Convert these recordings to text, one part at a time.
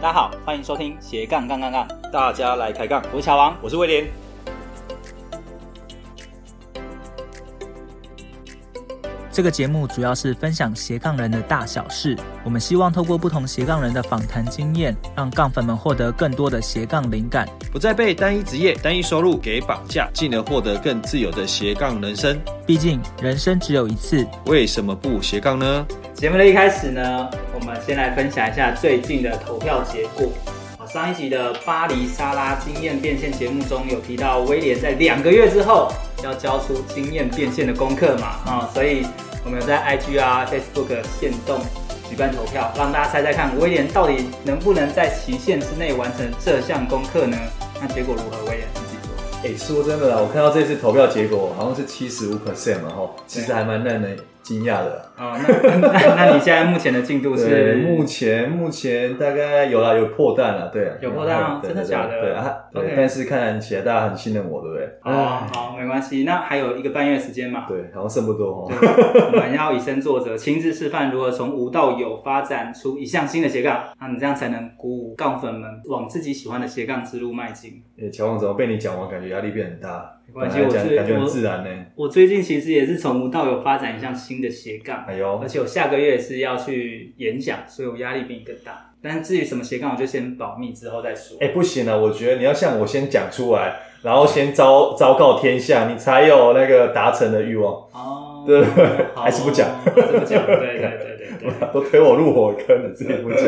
大家好，欢迎收听斜杠杠杠杠，大家来开杠，我是乔王。我是威廉。这个节目主要是分享斜杠人的大小事，我们希望透过不同斜杠人的访谈经验，让杠粉们获得更多的斜杠灵感。不再被单一职业、单一收入给绑架，进而获得更自由的斜杠人生。毕竟人生只有一次，为什么不斜杠呢？节目的一开始呢，我们先来分享一下最近的投票结果。啊，上一集的巴黎沙拉经验变现节目中有提到，威廉在两个月之后要交出经验变现的功课嘛？嗯啊，所以我们有在 IG 啊、Facebook 限动举办投票，让大家猜猜看，威廉到底能不能在期限之内完成这项功课呢？那结果如何？威廉你自己说。哎、说真的啦，我看到这次投票结果好像是七十五 percent 嘛，吼，其实还蛮让人惊讶的。哦，那 那那你现在目前的进度对，是目前目前大概有啦，有破蛋了，对啊，有破蛋啊然后对真的对假的对啊， OK 对，但是看起来大家很信任我，对不对？哦，好，没关系，那还有一个半月时间嘛。对，好像剩不多哦。对，我们要以身作则，亲自示范如何从无到有发展出一项新的斜杠，那你这样才能鼓舞杠粉们往自己喜欢的斜杠之路迈进。诶哎乔王怎么被你讲完，感觉压力变很大？没关系本来讲我是感觉我很自然呢。我最近其实也是从无到有发展一项新的斜杠，哎呦而，且我下个月也是要去演讲，所以我压力比你更大。但至于什么斜杠，我就先保密，之后再说。哎、不行啊，我觉得你要像我先讲出来，然后先昭昭告天下，你才有那个达成的欲望。 哦，对好还是不讲还是不讲，对对对对 对。都推我入火坑，你自己不讲。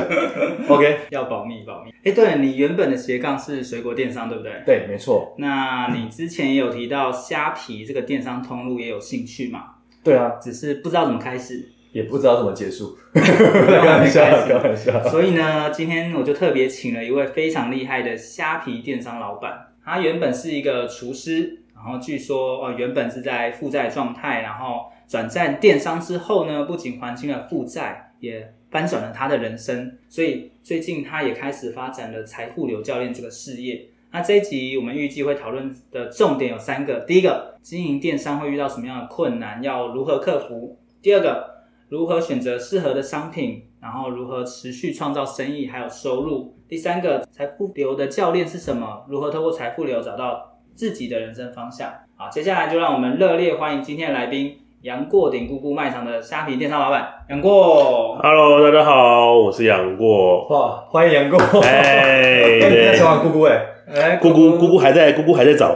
OK，要保密保密。哎，对你原本的斜杠是水果电商，对不对？对，没错。那你之前也有提到虾皮这个电商通路也有兴趣嘛？对啊，只是不知道怎么开始。也不知道怎么结束， 开玩笑，开玩笑。所以呢，今天我就特别请了一位非常厉害的虾皮电商老板，他原本是一个厨师，然后据说呃原本是在负债状态，然后转战电商之后呢，不仅还清了负债，也翻转了他的人生。所以最近他也开始发展了财富流教练这个事业。那这一集我们预计会讨论的重点有三个：第一个，经营电商会遇到什么样的困难，要如何克服；第二个，如何选择适合的商品，然后如何持续创造生意还有收入；第三个，财富流的教练是什么？如何透过财富流找到自己的人生方向？好，接下来就让我们热烈欢迎今天的来宾杨过顶姑姑卖场的虾皮电商老板杨过。 Hello，大家好，我是 杨过。哇，欢迎杨过，哎，那 对小，王姑姑哎，哎姑姑姑姑还在，姑姑还在找。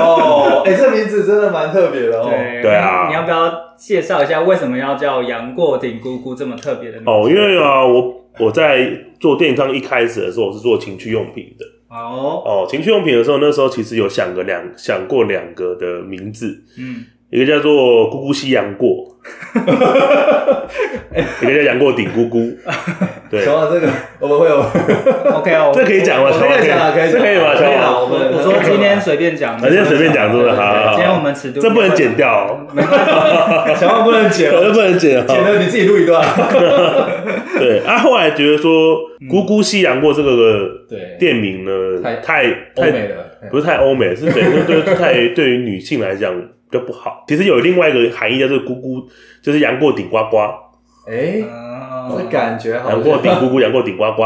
哦，哎，这名字真的蛮特别的哦。对对啊你要不要介绍一下为什么要叫杨过顶姑姑这么特别的名字？哦，因为啊，我我在做电商一开始的时候，我是做情趣用品的。哦，哦，情趣用品的时候，那时候其实有想个两想过两个的名字，嗯，一个叫做姑姑西洋 过，一个叫杨过顶姑姑。对，小王这个我们会有， OK 哦，这可以讲吗？我可以讲啊可以这讲可以吗？可以啊小我王，我我说今天随便讲，今天随便讲是不是？啊对对对好好，好今天我们尺度这不能剪，掉哦，没关系，小王不能剪我哦，就不能剪哦。剪了你自己录一段。对，啊，后来觉得说嗯“姑姑西洋过”这个对店名呢，太太太欧美的，不是太欧美，是等于说对 太对于女性来讲比较不好。其实有另外一个含义叫做“姑姑”，就是杨过顶呱呱，哎，这嗯感觉好杨过顶姑姑，杨过顶呱哦呱。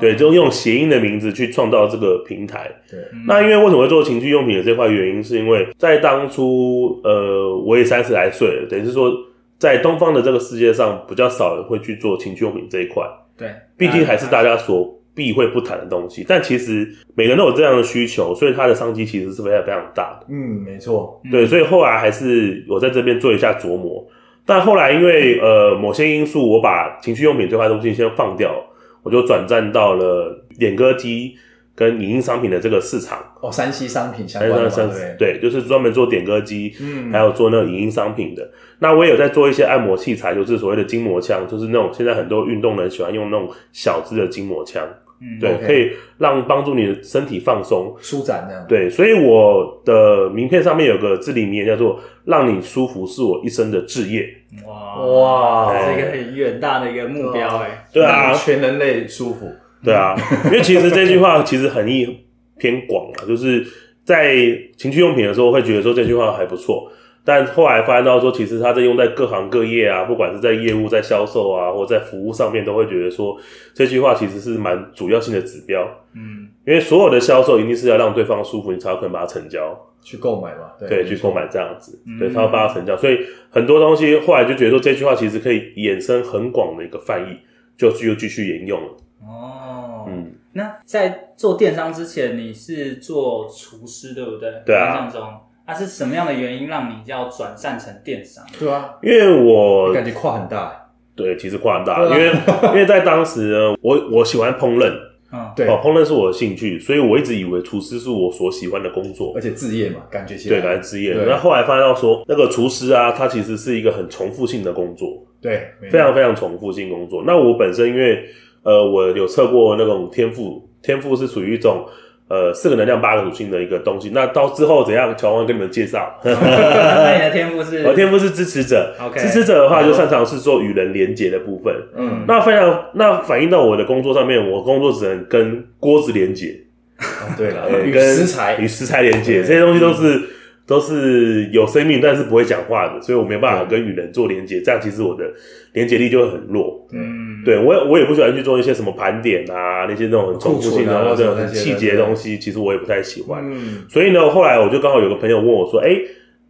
对，就用谐音的名字去创造这个平台。对，嗯那因为为什么会做情趣用品的这块原因，是因为在当初，呃，我也三十来岁了，等于是说，在东方的这个世界上，比较少人会去做情趣用品这一块。对，毕竟还是大家所避讳不谈的东西。但其实每个人都有这样的需求，所以它的商机其实是非常非常大的。嗯，没错，嗯对，所以后来还是我在这边做一下琢磨。但后来因为呃某些因素，我把情趣用品这块东西先放掉，我就转战到了点歌机跟影音商品的这个市场。哦，山西商品相关的嘛，对不对，对，就是专门做点歌机，嗯还有做那个影音商品的。那我也有在做一些按摩器材，就是所谓的筋膜枪，就是那种现在很多运动人喜欢用那种小支的筋膜枪。嗯对， OK 可以让帮助你的身体放松。舒展这样。对，所以我的名片上面有个至理名言，叫做“让你舒服是我一生的志业哇哇，哇，这是一个很远大的一个目标哎，”。哎对啊，全人类舒服。 对啊，因为其实这句话其实含义偏广啊，就是在情趣用品的时候会觉得说这句话还不错，但后来发现到说，其实它在用在各行各业啊，不管是在业务、在销售啊，或在服务上面，都会觉得说这句话其实是蛮主要性的指标，嗯，因为所有的销售一定是要让对方舒服，你才有可能把它成交。去购买嘛，对，对，去购买这样子，嗯对，他要帮他成交，所以很多东西后来就觉得说这句话其实可以衍生很广的一个翻译，就又继续沿用了。哦，嗯，那在做电商之前，你是做厨师对不对？对啊印象中，那、是什么样的原因让你要转战成电商？对啊，因为我感觉跨很大，对其实跨很对大，啊因为 因为在当时呢，我我喜欢烹饪，嗯，对，哦，烹饪是我的兴趣，所以我一直以为厨师是我所喜欢的工作而。且置业嘛，感觉起来，对，感觉职业。对那后来发现到说，那个厨师啊，他其实是一个很重复性的工作。对，没非常非常重复性工作。那我本身因为呃，我有测过那种天赋，天赋是属于一种呃四个能量八个属性的一个东西。那到之后怎样，乔王跟你们介绍。 那你的天赋是我天赋是支持者 OK 支持者的话就擅长是做与人连接的部分。嗯，那非常那反映到我的工作上面，我工作只能跟锅子连接，啊对了，呃与跟食材与食材连接，这些东西嗯都是。都是有生命，但是不会讲话的，所以我没办法跟与人做连接，这样其实我的连接力就会很弱。嗯，对我也我也不喜欢去做一些什么盘点啊，那些那种很重复性库存啊的或什者么那些很的细节的东西，其实我也不太喜欢。嗯，所以呢，后来我就刚好有个朋友问我说：“哎、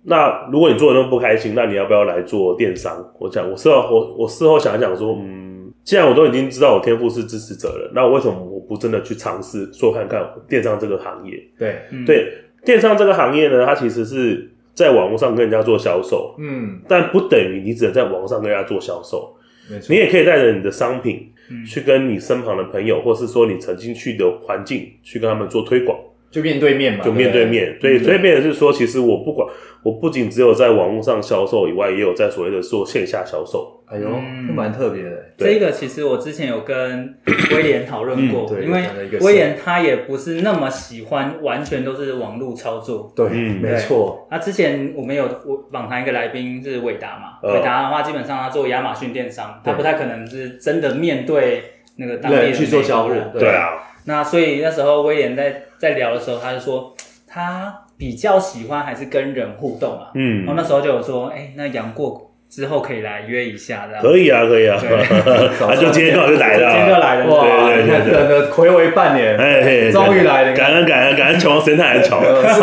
那如果你做的那么不开心，那你要不要来做电商？”我想，我事后我我事后想一想说，嗯，既然我都已经知道我天赋是支持者了，那为什么我不真的去尝试做看看电商这个行业？对，嗯，对，电商这个行业呢，它其实是在网络上跟人家做销售，嗯，但不等于你只能在网络上跟人家做销售。没错，你也可以带着你的商品嗯去跟你身旁的朋友，或是说你曾经去的环境，去跟他们做推广，就面对面嘛，就面对面。所以，所以变成是说，其实我不管，我不仅只有在网络上销售以外，也有在所谓的做线下销售。哎呦，嗯这蛮特别的，这个其实我之前有跟威廉讨论过嗯，对因我讲了一为个威廉他也不是那么喜欢完全都是网络操作，啊对，嗯没错，那之前我们有访谈一个来宾是伟达嘛，嗯伟达的话基本上他做亚马逊电商，他对不太可能是真的面对那个当地的人去做销美路国，人对啊，那所以那时候威廉在在聊的时候，他就说他比较喜欢还是跟人互动啊。嗯然后，那时候就有说，哎、那杨过之后可以来约一下这样。可以啊，可以啊，对 啊，就今天刚好就来今天就了。来了，对哇，对你看对 对等了暌违半年，哎嘿，终于来了感恩感恩感恩，穷神探还穷，呃 是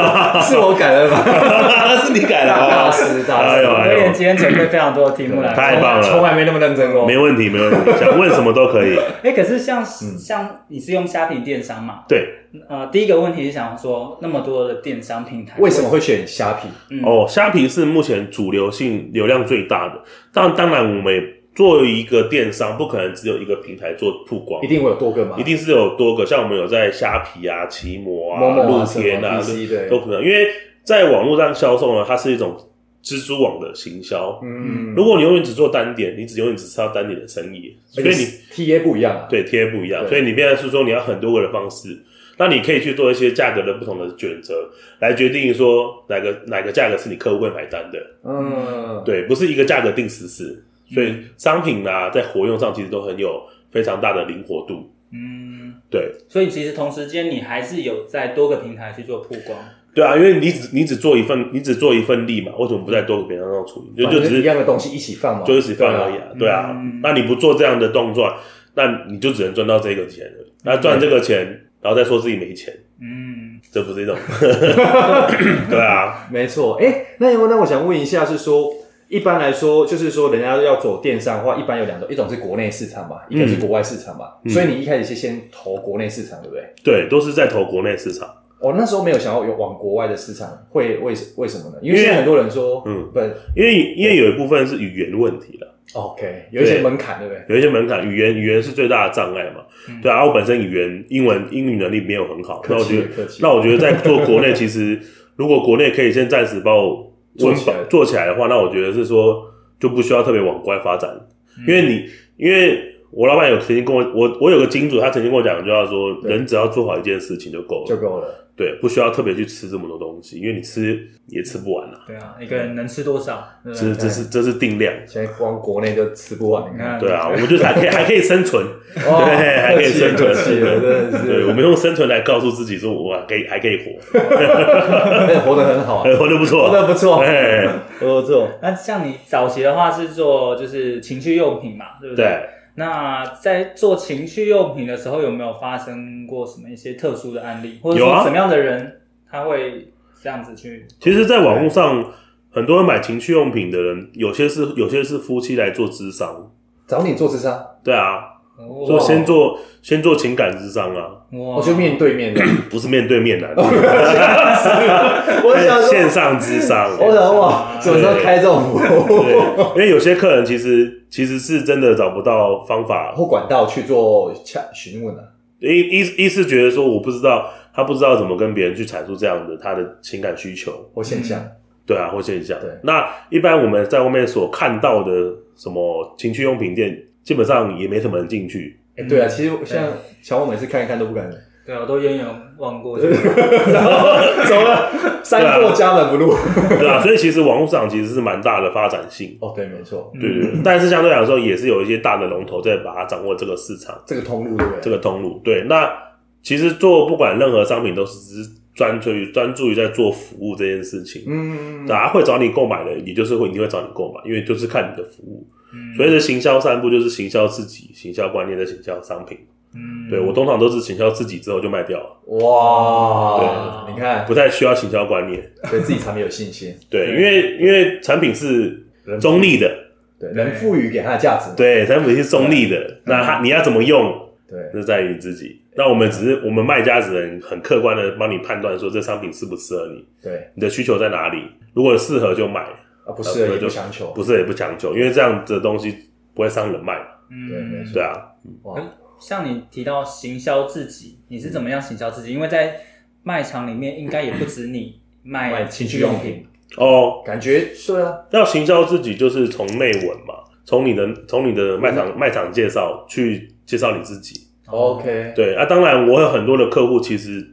我是我感恩吧， 是你改的大啊，师大师哎呦哎威廉呦，今天准备非常多的题目来。太棒了从来没那么认真过，没问题没问题，想问什么都可以。哎、可是像、嗯像你是用虾皮电商嘛？对，呃，第一个问题是想说，那么多的电商平台，为什么会选虾皮？嗯哦，虾皮是目前主流性流量最大的，但当然我们也作为一个电商，不可能只有一个平台做曝光，一定会有多个嘛，一定是有多个，像我们有在虾皮啊、奇摩啊、某某啊露天啊，什么 PC 都对嗯都可能，因为在网络上销售呢，它是一种蜘蛛网的行销。嗯，如果你永远只做单点，你只永远只吃到单点的生意，所以你 T A 不一样啊，对贴不一样，对所以你变成是说你要很多个的方式，那你可以去做一些价格的不同的选择，来决定说哪个哪个价格是你客户会买单的。嗯，对，不是一个价格定十四，所以商品啊，在活用上其实都很有非常大的灵活度。嗯，对，所以其实同时间你还是有在多个平台去做曝光，对啊，因为你只你只做一份，你只做一份力嘛，为什么不在多个平台上处理？就反就正只一是样的东西一起放嘛，就一起放而已对啊啊，对啊嗯。那你不做这样的动作，那你就只能赚到这个钱了。那嗯赚这个钱，然后再说自己没钱，嗯，这不是一 种？ 对啊，没错，哎、那那我想问一下，是说一般来说，就是说人家要走电商的话，一般有两种，一种是国内市场嘛，一个是国外市场嘛，嗯所以你一开始是先投国内市场，对不对？对，都是在投国内市场。我、那时候没有想要有往国外的市场，会为为什么呢？因为因为现在很多人说，嗯嗯，不因为因为有一部分是语言问题了， ，OK，有一些对门槛，对不对？有一些门槛，语言语言是最大的障碍嘛。嗯对啊，我本身语言英文英语能力没有很好，那客我气觉得客气，那我觉得在做 国内，其实如果国内可以先暂时把我做起来温饱做起来的话，那我觉得是说就不需要特别往国外发展，嗯因为你因为我老板有曾经跟我我我有个金主，他曾经跟我讲，就要说对人只要做好一件事情就够就了。够了，对，不需要特别去吃这么多东西，因为你吃也吃不完啊，对啊，一个人能吃多少？对不对这这是这是定量。现在光国内就吃不完，你看，嗯对啊，我们就是还可以还可以生存，哦对，还可以生客存气了，真的是， 对，我们用生存来告诉自己说，我还可以还可以活，哎 活得很 好，哎活得不错，活得不错 哎，活得不错，那像你早期的话是做就是情趣用品嘛，对不对？对。那在做情趣用品的时候，有没有发生过什么一些特殊的案例，或者有说啊什么样的人他会这样子去？其实，在网络上，很多人买情趣用品的人，有些是有些是夫妻来做智商，找你做智商，对啊，哦说先做先做情感智商啊，哇我就面对面的，不是面对面 的、 我想对说线，上智商。我想哇，什么时候开这种服对务，因为有些客人其实其实是真的找不到方法，或管道去做洽询问啊？一一一是觉得说我不知道，他不知道怎么跟别人去阐述这样的他的情感需求，或现象，对啊，或现象。对那一般我们在外面所看到的什么情趣用品店，基本上也没什么人 进去。哎对啊，其实像小我每次看一看都不 敢，嗯对啊，我都远远望过去。然后走了， 三过家门不入。对啊，所以其实网络市场其实是蛮大的发展性，哦，对，没错，对对对。但是相对来说，也是有一些大的龙头在把它掌握这个市场、这个通路对不对？这个通路。对，那其实做不管任何商品，都是只是专注于专注于在做服务这件事情。嗯，大家会找你购买的，也就是会你会找你购买，因为就是看你的服务。嗯 所以的行销散步就是行销自己、行销观念的行销商品。嗯对我通常都是行销自己之后就卖掉了，哇，对你看不太需要行销观念。对自己产品有信心，嗯对，因为因为产品是中立的，对，能赋予给它的价值，对，产品是中立的，那它你要怎么用，对，那在于你自己。那我们只是我们卖家只能很客观的帮你判断说这商品适不适合你，对，你的需求在哪里，如果适合就买，啊，不适合啊也就不强求，不适合也不强求，因为这样子的东西不会伤人脉嘛。对没嗯错对啊，哇，像你提到行销自己，你是怎么样行销自己？因为在卖场里面，应该也不止你卖卖情情趣趣用用品品，哦，感觉对啊，要行销自己，就是从内文嘛，从你的从你的卖场、卖场介绍去介绍你自己。 OK，对啊，当然我有很多的客户其实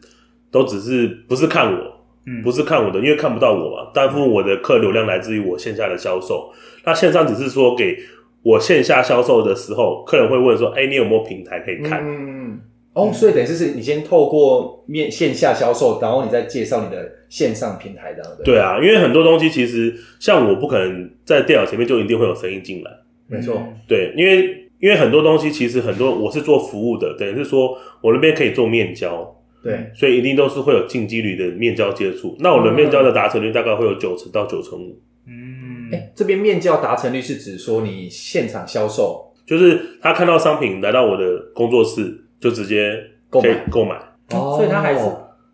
都只是不是看我，嗯，不是看我的，因为看不到我嘛。大部分我的客流量来自于我线下的销售，那线上只是说给我线下销售的时候，客人会问说：“哎、你有没有平台可以看？”嗯，哦，所以等于是是你先透过面线下销售，然后你再介绍你的线上平台，这样对，啊，因为很多东西其实像我不可能在电脑前面就一定会有声音进来。没错，嗯对，因为因为很多东西其实很多我是做服务的，等于是说我那边可以做面交，对，所以一定都是会有近几率的面交接触。那我的面交的达成率大概会有九成到九成五，嗯，哎，这边面交达成率是指说你现场销售，就是他看到商品来到我的工作室就直接购买可以购买。哦所以他还是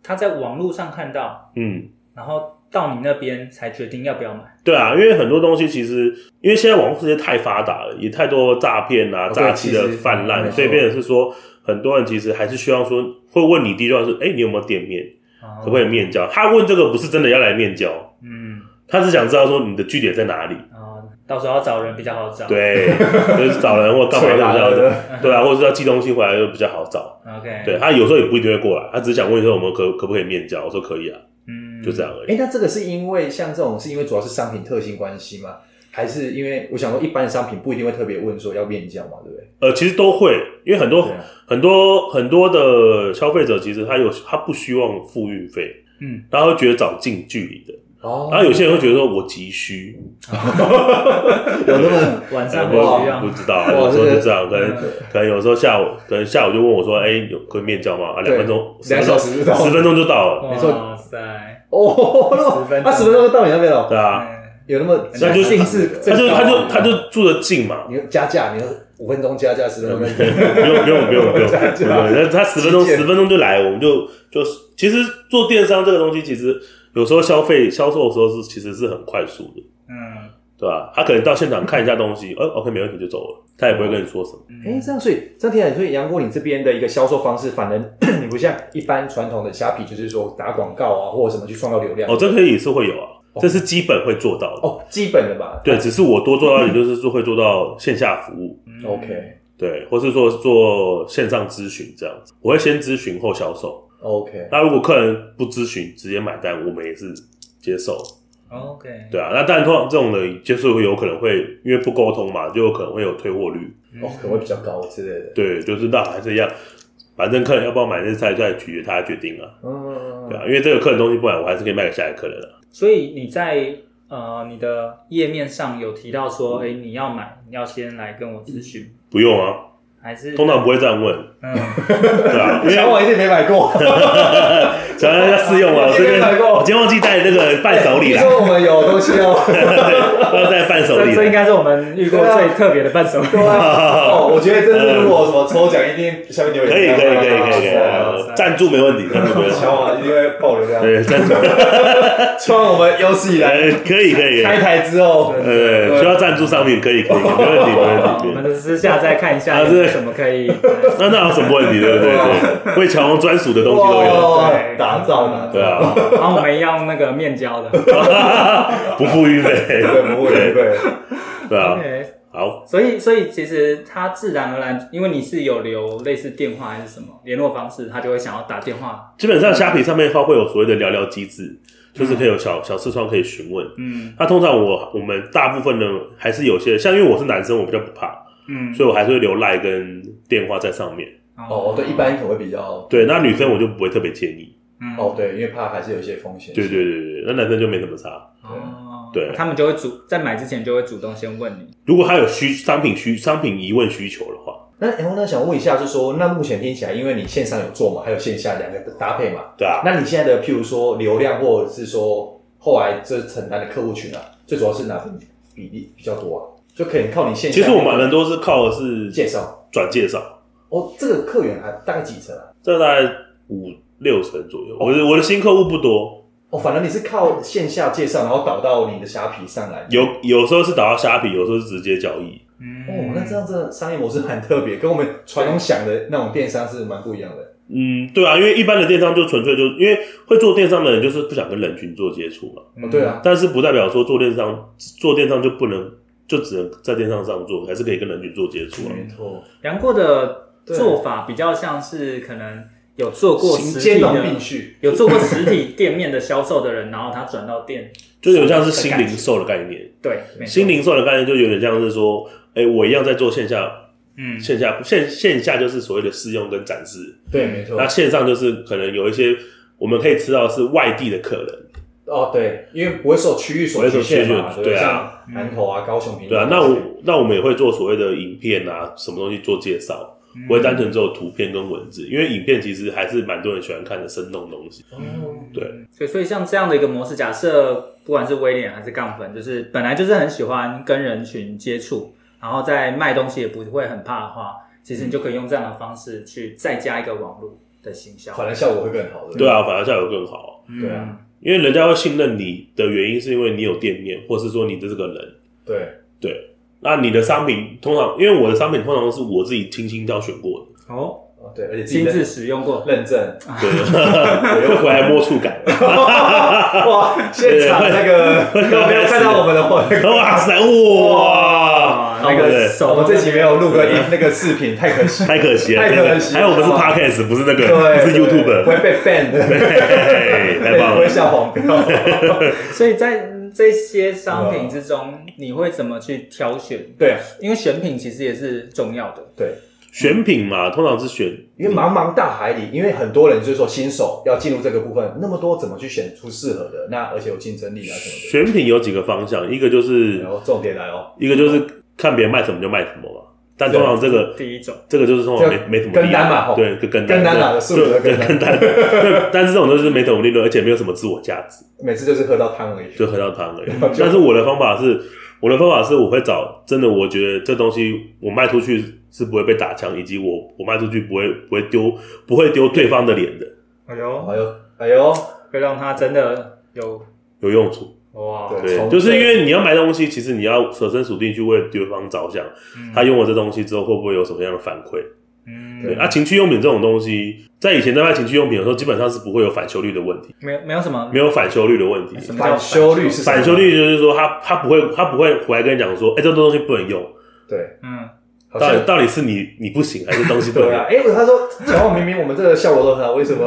他在网络上看到，嗯，然后到你那边才决定要不要买。对啊，因为很多东西其实因为现在网络世界太发达了，也太多诈骗啊、哦对诈欺的其实泛没滥，错所以变成是说很多人其实还是希望说会问你第一句话是：哎、你有没有店面？哦可不可以？以面交？他问这个不是真的要来面交。哦嗯，他是想知道说你的据点 在哪里，哦，到时候要找人比较好找。对，就是找人或干脆嘛都比打较好的找，对啊，或者是要寄东西回来就比较好找。 ，OK，对，啊他有时候也不一定会过来，他只是想问说我们可可不可以面交，我说可以啊，嗯，就这样而哎、已。那这个是因为像这种是因为主要是商品特性关系吗？还是因为我想说一般的商品不一定会特别问说要面交嘛，对不对？呃，其实都会，因为很多对啊很多很多的消费者其实他有他不希望付运费，嗯，然后会觉得找近距离的，哦然后有些人会觉得说我急需，有那么 晚哎上不我需不要不。 知道啊， 哇有时候这个嗯就这样，可能可能有时候下午可能下午就问我说，哎，有可以面交吗？啊，两对分钟，两小时就到十分钟就到了，没错哇塞，哦，那么十分钟那十分钟就到你那边了，对啊。嗯有那么那就性质他最就高他就吗，他就住的近嘛，你加价，你说五分钟加价十分不钟用加价，不用不用不用不用，那他十分钟极简十分钟就来，我们就就其实做电商这个东西，其实有时候消费销售的时候是其实是很快速的，嗯，对吧？他可能到现场看一下东西，呃，OK 没问题就走了，他也不会跟你说什么。嗯哎、这样所以这样听起来，所以杨过你这边的一个销售方式，反而 你不像一般传统的虾皮，就是说打广告啊或者什么去创造流量哦，这个也是会有啊，这是基本会做到的。哦，基本的吧，对，只是我多做到，也就是说会做到线下服务，嗯，OK，对，或是说做线上咨询这样子。我会先咨询后销售， OK，那如果客人不咨询直接买单，我们也是接受。 OK，对啊，那但通常这种的接受有可能会因为不沟通嘛，就有可能会有退货率。嗯哦，可能会比较高之类的。对，就是那还是一样，反正客人要不要买这菜，就取决他决定啊。嗯，对啊，因为这个客人东西不买，我还是可以卖给下一个客人啊。所以你在呃你的页面上有提到说，哎、你要买，你要先来跟我咨询，不用啊，还是通常不会这样问，嗯， 对啊，因为小我一定没买过。想要要试用啊，我这 边今天买过我今天忘记带那个伴手礼你啦，说我们有东西 哦。对，要带伴手这礼这应啦。该是我们遇过最特别的伴手礼。对 啊，哦，我觉得这是如果什么抽奖，一定下面留言。可以可以可以可以可以啊呃，赞助没问题，赞助没问题。小我一定会爆流量，对，赞助，创我们有史以来呃，可以可以，可 开以台之后，呃，需要赞助商品可以可以，没问题没问题我没问们题。私下再看一下啊有没有对什么可以。那那有什么问题？对对对，为乔王专属的东西都有，啊哇对打造打对造，啊， 然后我们要那个面交的。 不付运费，对不会不会，对啊， OK，好，所以所以其实他自然而然，因为你是有留类似电话还是什么联络方式，他就会想要打电话。基本上虾皮上面的话会有所谓的聊聊机制，就是可以有小小视窗可以询问。嗯那通常我我们大部分呢还是有些，像因为我是男生，我比较不怕，嗯，所以我还是会留赖跟电话在上面。哦，对，一般人可能会比较，对，那女生我就不会特别建议。嗯哦，对，因为怕还是有一些风险。对对对对，那男生就没什么差。哦对他们就会主在买之前就会主动先问你。如果他有需商品需商品疑问需求的话，那然后呢，想问一下，就是说，那目前听起来，因为你线上有做嘛，还有线下两个搭配嘛，对啊，那你现在的譬如说流量，或者是说后来这承担的客户群啊，最主要是哪份比例比较多啊？就可以靠你线下其实我们很多是靠的是介绍转介绍，哦，这个客源还大概几成啊？这大概五六成左哦右。我的我的新客户不多，哦，反正你是靠线下介绍，然后导到你的虾皮上来。有有时候是打到虾皮，有时候是直接交易。嗯哦，那这样真的商业模式蛮特别，跟我们传统想的那种电商是蛮不一样的。哦嗯，对啊，因为一般的电商就纯粹就因为会做电商的人就是不想跟人群做接触嘛，哦，对，啊，但是不代表说做电商做电商就不能就只能在电商上做，还是可以跟人群做接触啊。嗯没错，杨过的对做法比较像是可能有做过实兼体容的，并蓄。有做过实体店面的销售的人，然后他转到店，就有点像是新零售的概念，对，没错新，零售的概念就有点像是说，哎、我一样在做线下，嗯线下线线下就是所谓的试用跟展示，对，没错那。线上就是可能有一些我们可以吃到是外地的客人，哦，对，因为不会受区域所局限嘛，不会受对不区域对对啊，像南投啊、高雄、屏东对啊，那我那我们也会做所谓的影片啊，什么东西做介绍，嗯不会单纯只有图片跟文字，因为影片其实还是蛮多人喜欢看的生动的东西，哦对，所以所以像这样的一个模式，假设不管是威廉还是杠粉，就是本来就是很喜欢跟人群接触，然后在卖东西也不会很怕的话，其实你就可以用这样的方式去再加一个网络的行销，反而效果会更好的。对，啊，反而效果更好。嗯对啊，因为人家会信任你的原因，是因为你有店面，或是说你的这个人。对，那你的商品通常，因为我的商品通常是我自己精心挑选过的，哦，哦对，而且亲自认使用过，认证，对， 我又回来摸触感，哇，现场那个啊对有没有看到我们的话？ 哇塞，哇，哇，那个对手我们这期没有录个音那个视频，太可惜。 太可惜了，太可惜了还有我们是 podcast，不是那个，对，不是对 YouTube，不会被 ban 的，嘿太棒不会了。下黄 标。所以在这些商品之中，你会怎么去挑选？对因为选品其实也是重要的。对，选品嘛，通常是选因为茫茫大海里，因为很多人就是说新手要进入这个部分，那么多怎么去选出适合的？那而且有竞争力啊什么选品有几个方向，一个就是的。然后重点来哦，一个就是看别人卖什么就卖什么嘛，但通常这个第一种，这个就是通常没这个没什么跟利润单嘛吼对，跟跟单跟单啦对是不是就对跟 跟单，对但是这种就是没什么利润，而且没有什么自我价值，每次就是喝到汤而已。 就喝到汤而已。但是我的方法是，我的方法是我会找真的，我觉得这东西我卖出去是不会被打枪，以及我我卖出去不会不会丢不会丢对方的脸的，哎呦，哎呦哎呦，会让它真的有有用处。哇，对对，从就是这因为你要买东西，其实你要设身处地去为对方着想，他用了这东西之后会不会有什么样的反馈？嗯，对，啊，情趣用品这种东西，在以前在卖情趣用品的时候，基本上是不会有返修率的问题，没有没有什么没有返修率的问题。什么叫反修率是什么返修率就是说他他不会他不会回来跟你讲说，哎、这东西不能用，对，嗯，好到像底到底是你你不行还是东西不哦对能啊，？哎、他说讲话明明我们这个效果都很好，为什么？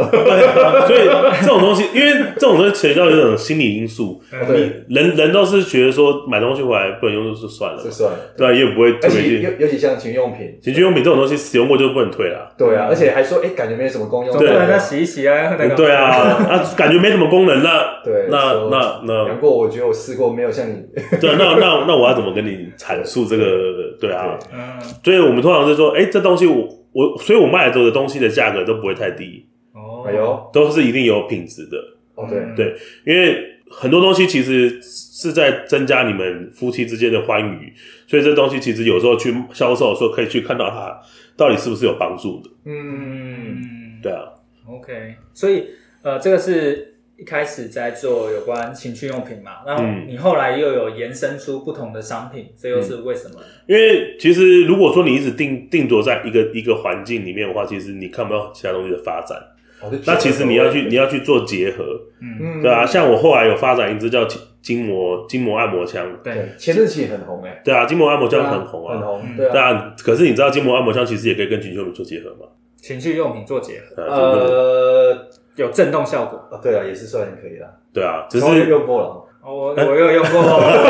所以这种东西，因为这种东西涉及到一种心理因素，嗯对，人人都是觉得说买东西回来不能用就算了这嘛，算了。对啊，也不会而特别且尤去。尤其像情趣用品，情趣用品这种东西使用过就不能退了，对啊，而且还说哎、感觉没什么功用，总不嗯对能再洗一洗啊，那个对啊，啊感觉没什么功能，那对，那说那杨那过，我觉得我试过没有像你，对啊，那那那我要怎么跟你阐述这个？ 对啊，嗯，所以我们通常是说，哎，这东西我我，所以我卖的这个东西的价格都不会太低，哦，嗯哎呦，都是一定有品质的。哦对，对因为很多东西其实是在增加你们夫妻之间的欢愉，所以这东西其实有时候去销售的时候，可以去看到它到底是不是有帮助的。嗯，嗯，对啊， OK，所以呃，这个是一开始在做有关情趣用品嘛，然后嗯你后来又有延伸出不同的商品，这又是为什么？因为其实如果说你一直定定着在一个一个环境里面的话，其实你看不到其他东西的发展。哦就觉得那其实你要去你要去做结合，嗯，嗯对啊。像我后来有发展一支叫筋筋膜筋膜按摩枪，对，对，啊前阵期很红哎，对啊，筋膜按摩枪很红很啊。红，嗯对对啊，啊，可是你知道筋膜按摩枪其实也可以跟情趣用品做结合嘛？情趣用品做结合，对啊就是呃，有震动效果。哦对啊，也是算可以啦，对啊，只稍微是用过了，哦我我又用过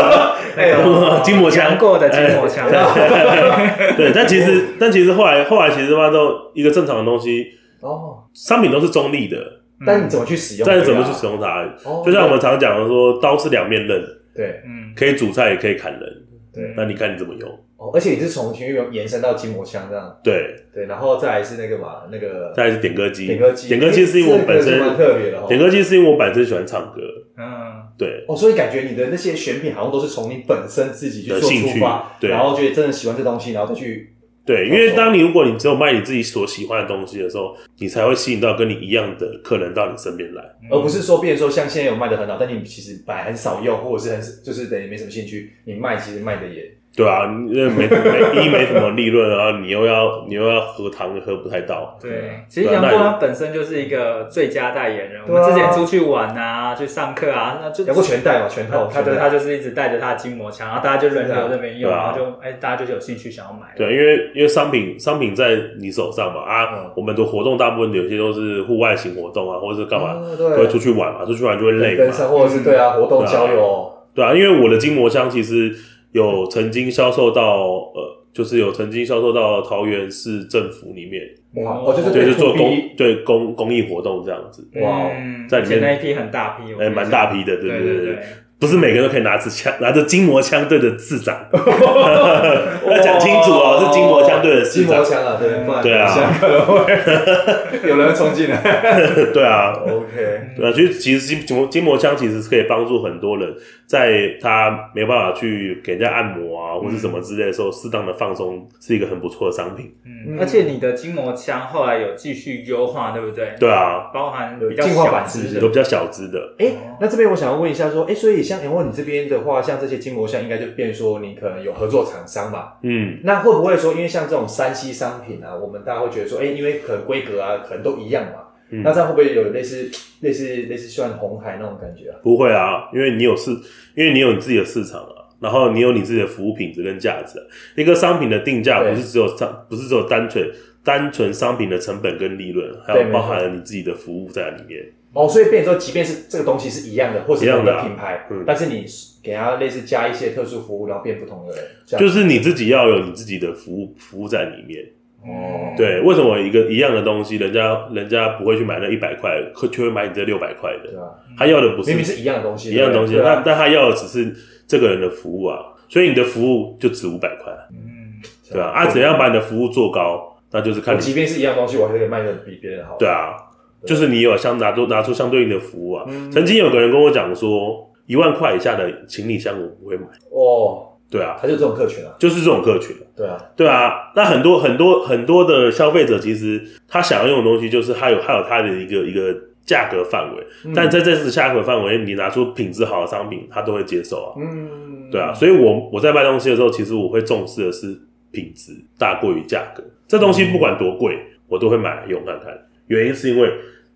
那个 筋膜呃枪哎杨过的筋膜 枪，对，但其实但其实后来后来其实他妈都一个正常的东西，哦，商品都是中立的，嗯但你怎么去使用？但是怎么去使用它？哦？就像我们常讲的说，刀是两面刃，对嗯，可以煮菜也可以砍人，对那你看你怎么用？哦，而且你是从情趣用延伸到筋膜枪这样，对，对，然后再来是那个嘛，那个再来是点歌机，点歌机，点歌机是因为我本这身个就蛮特别的哦点。歌机是因为我本身喜欢唱歌，嗯，对哦，所以感觉你的那些选品好像都是从你本身自己去的做兴出趣发，对然后觉得真的喜欢这东西，然后再去对，因哦为当你如果你只有卖你自己所喜欢的东西的时候，你才会吸引到跟你一样的客人到你身边来。而不是说，变成说像现在有卖的很好，但你其实本来很少用，或者是很就是等于没什么兴趣，你卖其实卖的也对啊，你因为没没一没什么利润，然后你又要你又要喝汤又喝不太到，对，其实杨过他本身就是一个最佳代言人。我们之前出去玩啊，去上课啊，那就要不全带嘛，全他套，他全对带他就是一直带着他的筋膜枪，然后大家就轮流这边用，对啊然后就哎、大家就是有兴趣想要买。对，因为因为商品商品在你手上嘛啊，嗯我们的活动大部分有些都是户外型活动啊，或者是干嘛，嗯都会对，出去玩嘛，出去玩就会累跟嘛，嗯上或者是对啊，活动交流，对啊，因为我的筋膜枪其实有曾经销售到呃，就是有曾经销售到桃园市政府里面，哇，哦就是对，对是做 2B 公对公公益活动这样子，哇嗯在里面而且那一批很大批，我哎，跟你蛮讲大。批的，对对对对对，不是每个人都可以拿着枪拿着筋膜枪对着市长， 要讲清楚哦，是筋膜枪对着市筋膜长，枪啊，对，不然对啊想可能会有人冲进来对啊， ，OK，对啊，其实其实筋筋膜筋膜枪其实是可以帮助很多人，在他没办法去给人家按摩啊，或是嗯什么之类的时候，适当的放松是一个很不错的商品。嗯，而且你的筋膜枪后来有继续优化，对不对？，对啊，包含比较有进化版小只是不是的有比较小资的，哎，那这边我想要问一下说，哎，所以像杨问你这边的话，像这些筋膜枪应该就变说你可能有合作厂商嘛，嗯，那会不会说，因为像这种山西商品啊，我们大家会觉得说，哎、因为可能规格啊，可能都一样嘛。嗯那这样会不会有类似、类似、类似像红海那种感觉啊？不会啊，因为你有市，因为你有你自己的市场啊。然后你有你自己的服务品质跟价值啊、一个商品的定价对不是只有商，不是只有单纯单纯商品的成本跟利润，还对有没包错含了你自己的服务在里面。哦，所以变成说，即便是这个东西是一样的，或是一样同的啊品牌，嗯但是你给它类似加一些特殊服务，然后变不同的价值，就是你自己要有你自己的服务服务在里面。哦，对，为什么一个一样的东西，人家人家不会去买那一百块，可却会买你这六百块对的？吧？他要的不嗯是明明是一样的东西，一样东西，对啊但吧？但他要的只是这个人的服务啊，所以你的服务就值五百块，嗯，对吧、啊？啊，怎样把你的服务做高，那就是我看即你，便是一样东西，我还可以卖的比别人好。对，啊，就是你有相拿出拿出相对应的服务啊。嗯曾经有个人跟我讲说，一万块以下的行李箱我不会买，哦，对啊，它就这种客群啊，就是这种客群。对啊，对啊，那很多很多很多的消费者其实他想要用的东西，就是他有他有他的一个一个价格范围，嗯但在这次价格范围，你拿出品质好的商品，他都会接受啊。嗯，对啊，所以我我在卖东西的时候，其实我会重视的是品质大过于价格。这东西不管多贵，我都会买来用看看。原因是因为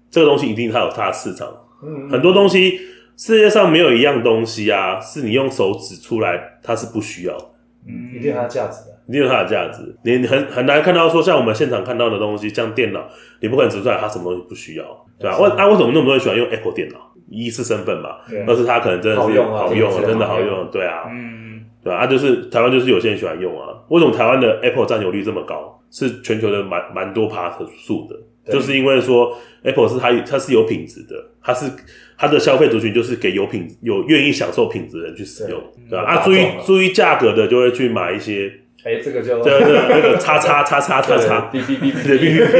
这个东西一定它有它的市场，嗯，很多东西世界上没有一样东西啊，是你用手指出来它是不需要的。嗯一定有它的价值的。啊一定有它的价值。你你很很难看到说像我们现场看到的东西，像电脑，你不可能指出来它什么东西不需要，对吧、啊？是为啊为什么那么多人喜欢用 Apple 电脑？一是身份嘛，对啊二是它可能真的是好用啊好用真的是真的好好用用，对啊，嗯，对啊，啊就是台湾就是有些人喜欢用啊。为什么台湾的 Apple 占有率这么高？是全球的蛮蛮多趴数的，对就是因为说 Apple 是它它是有品质的，它是它的消费族群就是给有品有愿意享受品质的人去使用，对吧、啊？大注众意啊注意价格的就会去买一些哎，这个就对 对对，那个叉叉叉叉叉叉，哔哔哔对对哔哔，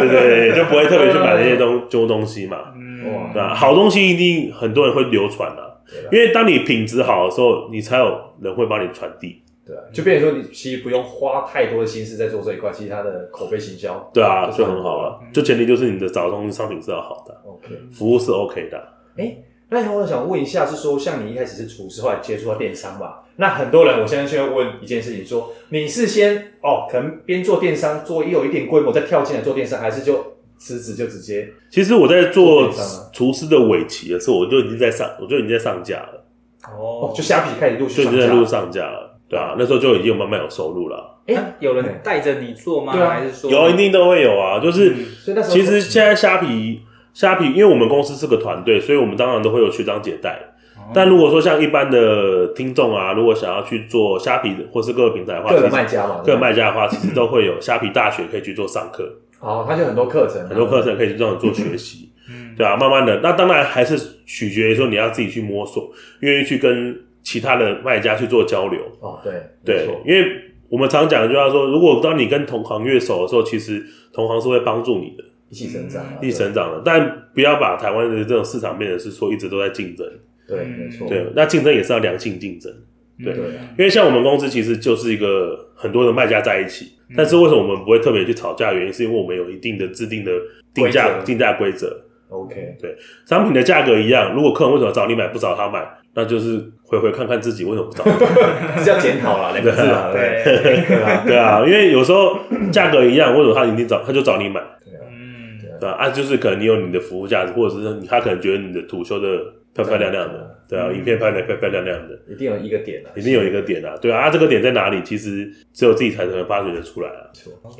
对对，就不会特别去买那些东旧东西嘛，嗯哇对吧？啊好东西一定很多人会流传啊，对啦因为当你品质好的时候，你才有人会帮你传递， 对啊，就变成说你其实不用花太多的心思在做这一块，其实它的口碑行销对啊，是就很好。了。就前提就是你的找东西商品是要好的，啊 OK，哎服务是 OK 的，啊那我想问一下，是说像你一开始是厨师，后来接触到电商嘛？那很多人我现在就会问一件事情说，你是先哦，可能边做电商做也有一点规模，再跳进来做电商，还是就辞职就直接其实我在做做电商啊厨师的尾期的时候，我就已经在上，我就已经在上架了，哦哦，就虾皮开始陆就续已上经架在路上架了。对啊，那时候就已经有慢慢有收入了，啊哎那哎有人带着你做吗？对啊还是说有一定都会有啊，就是嗯所以那时候其实现在虾皮虾皮，因为我们公司是个团队，所以我们当然都会有学长姐带。哦哦但如果说像一般的听众啊，如果想要去做虾皮或是各个平台的话，个人其实卖家嘛，个对人吧卖家的话，其 实都会有虾皮大学可以去做上课，好，他就很多课程啊，很多课程可以去这样做学习，嗯对啊，慢慢的，那当然还是取决于说你要自己去摸索，愿意去跟其他的卖家去做交流。哦，对没对错，因为我们常讲一句话说，如果当你跟同行越熟的时候，其实同行是会帮助你的。一起成长啊，一起成长了，但不要把台湾的这种市场变成是说一直都在竞争，对，没错，对，那竞争也是要良性竞争，嗯对对啊因为像我们公司其实就是一个很多的卖家在一起，嗯但是为什么我们不会特别去吵架？原因是因为我们有一定的制定的定价规则定价规则， ，OK，商品的价格一样，如果客人为什么找你买不找他买，那就是回回看看自己为什么不找他买。 这叫检讨啦，两个字啊，对，对啊，对啊，因为有时候价格一样，为什么他一定找他就找你买？对啊，嗯，对啊，啊就是可能你有你的服务价值，或者是你他可能觉得你的图修的漂漂亮亮的，对嗯啊，影片拍的漂漂亮亮的，一定有一个点啊，一定有一个点啊，对啊，啊这个点在哪里？其实只有自己才能发掘得出来啊。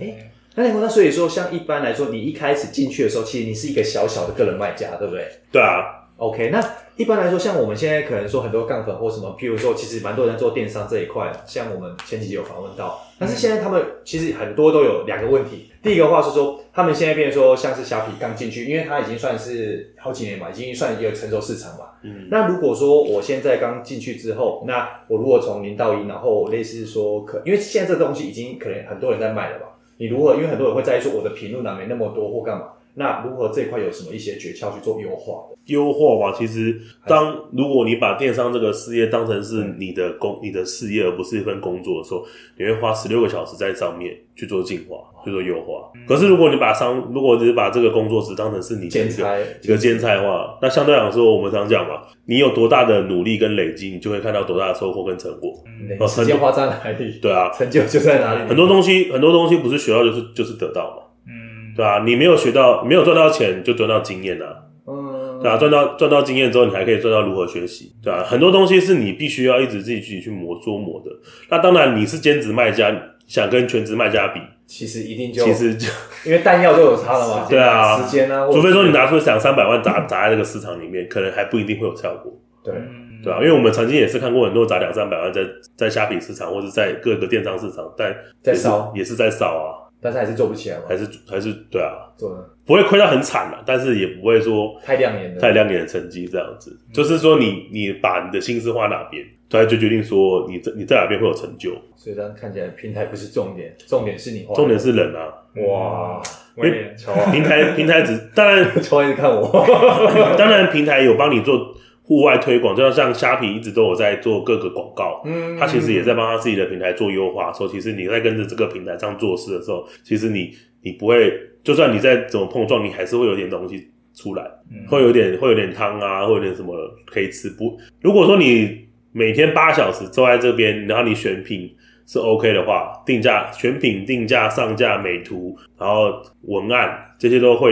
哎，那那所以说，像一般来说，你一开始进去的时候，其实你是一个小小的个人卖家，对不对对啊， ？OK，那一般来说，像我们现在可能说很多杠粉或什么，譬如说，其实蛮多人在做电商这一块，像我们前几集有访问到，但是现在他们其实很多都有两个问题。第一个话是说，他们现在变成说像是虾皮刚进去，因为它已经算是好几年嘛，已经算一个成熟市场嘛。嗯，那如果说我现在刚进去之后，那我如果从零到一，然后类似说可，因为现在这个东西已经可能很多人在卖了吧？你如何？因为很多人会在意说我的评论啊没那么多或干嘛？那如何这一块有什么一些诀窍去做优化的？优化嘛，其实当如果你把电商这个事业当成是你的工、你的事业，而不是一份工作的时候，你会花十六个小时在上面去做进化，去做优化。可是如果你把商，如果只是把这个工作只当成是你的一剪个裁一个兼差的话，那相对来说，我们常讲嘛，你有多大的努力跟累积，你就会看到多大的收获跟成果。 你嗯时间花在哪里？对啊，成就就在哪里？很多东西，很多东西不是学到就是就是得到嘛，嗯，对啊，你没有学到，没有赚到钱，就赚到经验啊，嗯，对啊，赚到赚到经验之后，你还可以赚到如何学习，对啊，很多东西是你必须要一直自己自己去磨琢磨的。那当然，你是兼职卖家，想跟全职卖家比，其实一定就其实就因为弹药都有差了嘛，对啊时间啊，或者除非说你拿出两三百万砸砸在这个市场里面，可能还不一定会有效果。对嗯对啊，因为我们曾经也是看过很多砸两三百万在在虾皮市场或者在各个电商市场，但在烧，也是也是在烧啊，但是还是做不起来嘛还，是还是对啊，做的不会亏到很惨啊，但是也不会说太亮眼了，太亮眼的成绩这样子，就是说你你把你的心思花哪边，对啊，就决定说你这你在哪边会有成就，所以这样看起来平台不是重点，重点是你花的，重点是人啊，哇，威乔啊，平台平台只当然 乔啊一直看我，当然平台有帮你做户外推广，就像像虾皮一直都有在做各个广告，嗯他其实也在帮他自己的平台做优化的时候，其实你在跟着这个平台上做事的时候，其实你你不会，就算你再怎么碰撞，你还是会有点东西出来，会有点会有点汤啊，会有点什么可以吃。不，如果说你每天八小时坐在这边，然后你选品是 OK 的话，定价、选品、定价、上架、美图，然后文案这些都会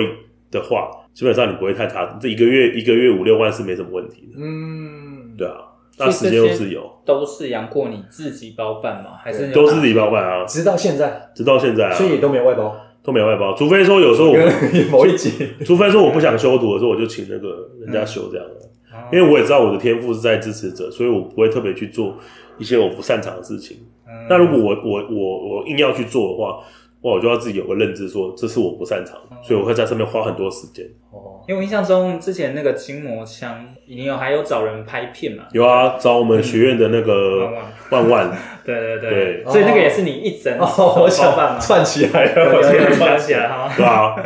的话，基本上你不会太差。这一个月一个月五六万是没什么问题的，嗯，对啊。那时间又自由，都是杨过你自己包办吗？还是都是自己包办啊，直到现在，直到现在啊，所以也都没有外包。都没外包，除非说有时候我， 跟某一集，除非说我不想修图的时候，我就请那个人嗯家修这样啊的，哦因为我也知道我的天赋是在支持者，所以我不会特别去做一些我不擅长的事情。嗯那如果我我我我硬要去做的话，哇，我就要自己有个认知说这是我不擅长，嗯所以我会在上面花很多时间。哦，因为我印象中之前那个筋膜枪，你有还有找人拍片嘛？有啊，找我们学院的 那个嗯万万，对对对，对所以那个也是你一整哦，我想包办嘛？串起来有了，我有有现在有想串起起来来。哈。对啊，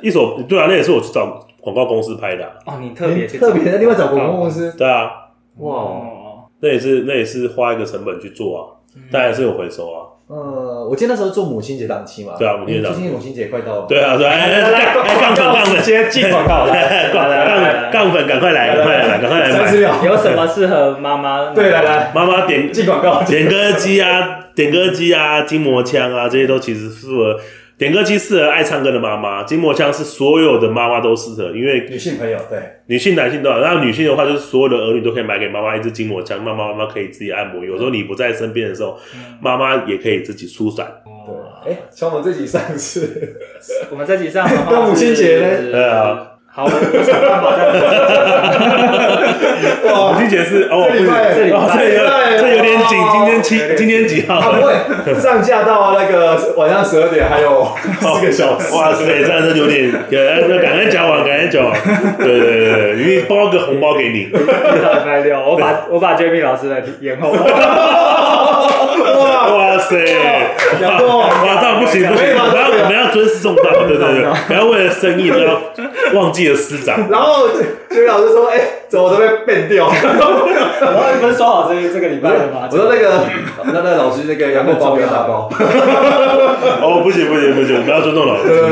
一首对啊，那也是我去找广告公司拍的啊、哦，你特别去你特别在另外找广告公司，对啊，哇，哦，那也是那也是花一个成本去做啊，嗯当然是有回收啊。呃，我记得那时候做母亲节档期嘛，对啊母亲节档期最近母亲节快到了，对啊，对啊，哎哎哎杠哎杠粉杠粉，接进广告来，哎杠杠杠粉，赶快来，赶快来，赶快来三十买！秒，有什么适合妈妈？对，来来妈妈点进广告，点歌机啊，点歌机啊，筋膜枪啊，这些都其实适合。点歌机适合爱唱歌的妈妈，筋膜枪是所有的妈妈都适合，因为女性朋友对，女性、男性都有。然后女性的话，就是所有的儿女都可以买给妈妈一支筋膜枪，让妈妈可以自己按摩。有时候你不在身边的时候，嗯妈妈也可以自己疏散。对，哎，像我们这集上次，我们这集上的话是，那母亲节呢对啊好，我不想办法再。母亲节是哦，这礼拜不是哦，这有这有点紧，今天七，今天几啊，号？不会上架到那个晚上十二点，还有四个小时，哦 哇塞，这样是有点，呃感恩讲完，感恩讲完，对对对对，因为包个红包给你，到礼拜六，我把我把 Jamie 老师的延后。哇塞，讲过哇，这样不行不行，我们要我们要尊师重道，对对对，不要为了生意都要忘记了师长，然后就老师说，哎，怎么都被变掉？然后你们说好这这个礼拜的吗我？说那个，那那老师那个杨过包给大包，哦，不行不行不行，我们要尊重老师，对对我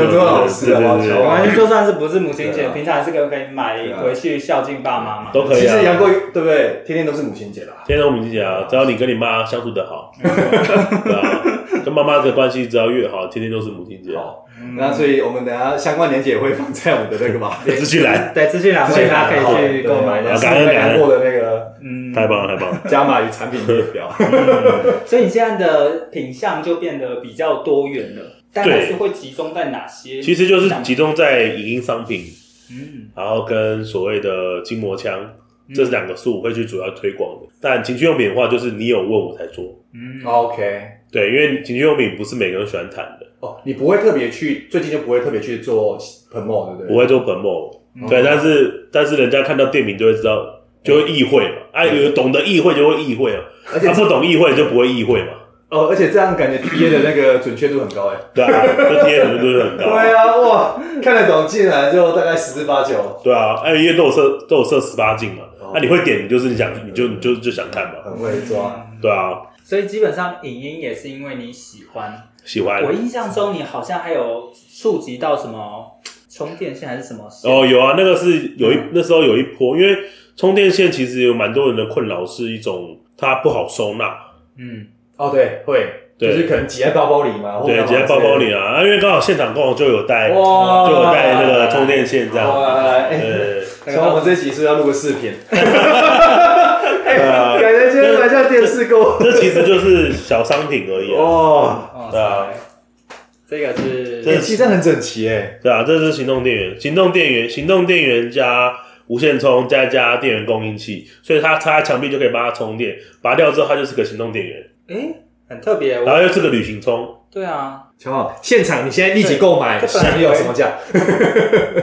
对，们就算是不是母亲对节，啊平常还是可以可以买回去孝敬爸妈嘛。都可其以实杨啊。过对不对？天天都是母亲节啦。天我们已经讲，只要你跟你妈相处的好，对啊，跟妈妈的关系只要越好，天天都是母亲节，好，嗯那所以我们等下相关链接也会放在我们的那个嘛， 资讯栏，对，资讯栏会大家可以去购买好的的。感恩感恩过的那个嗯，太棒了太棒了，加码与产品列表。所以你现在的品相就变得比较多元了，但对还是会集中在哪些？其实就是集中在影音商品。嗯，然后跟所谓的筋膜枪，嗯这是两个是我会去主要推广的。但情趣用品的话，就是你有问我才做，嗯哦 OK，对，因为情趣用品不是每个人喜欢谈的，哦，你不会特别去，最近就不会特别去做 promo，对不嗯我对？会做 promo，、对，但是但是人家看到店名就会知道，就会意会嘛，啊，有懂得意会就会意会啊，而且他、不懂意会就不会意会嘛，哦，而且这样感觉 TA 的那个准确度很高哎。对啊，这贴什么都是很高，对啊，哇，看得懂进来就大概十之八九，对啊，哎，因为都有设都有设十八禁嘛，那、哦你会点，你就是你想你就你就就想看嘛，很会抓。对啊，所以基本上影音也是因为你喜欢。喜欢我印象中你好像还有触及到什么充电线还是什么线？哦，有啊，那个是有一、嗯那时候有一波，因为充电线其实有蛮多人的困扰是一种它不好收纳，嗯，哦，对，会，就对是可能挤在包包里嘛，或对，干嘛直接包包里之啊，啊因为刚好现场刚好就有带类的。就哇，有带那个充电线这样，哇，来来来，对，哎，小王我们这集是不是要录个视 频，哎啊感觉今天买下电视购这其实就是小商品而已、啊，哦，哦，对啊这个是哎，其实这样很整齐哎，对啊，这是行动电源，行动电源，行动电源加无线充再加电源供应器，所以它插在墙壁就可以帮它充电，拔掉之后它就是个行动电源，哎，很特别。然我后又是个旅行充，对啊，小王，现场你现在立即购买，对这本来享有什么价？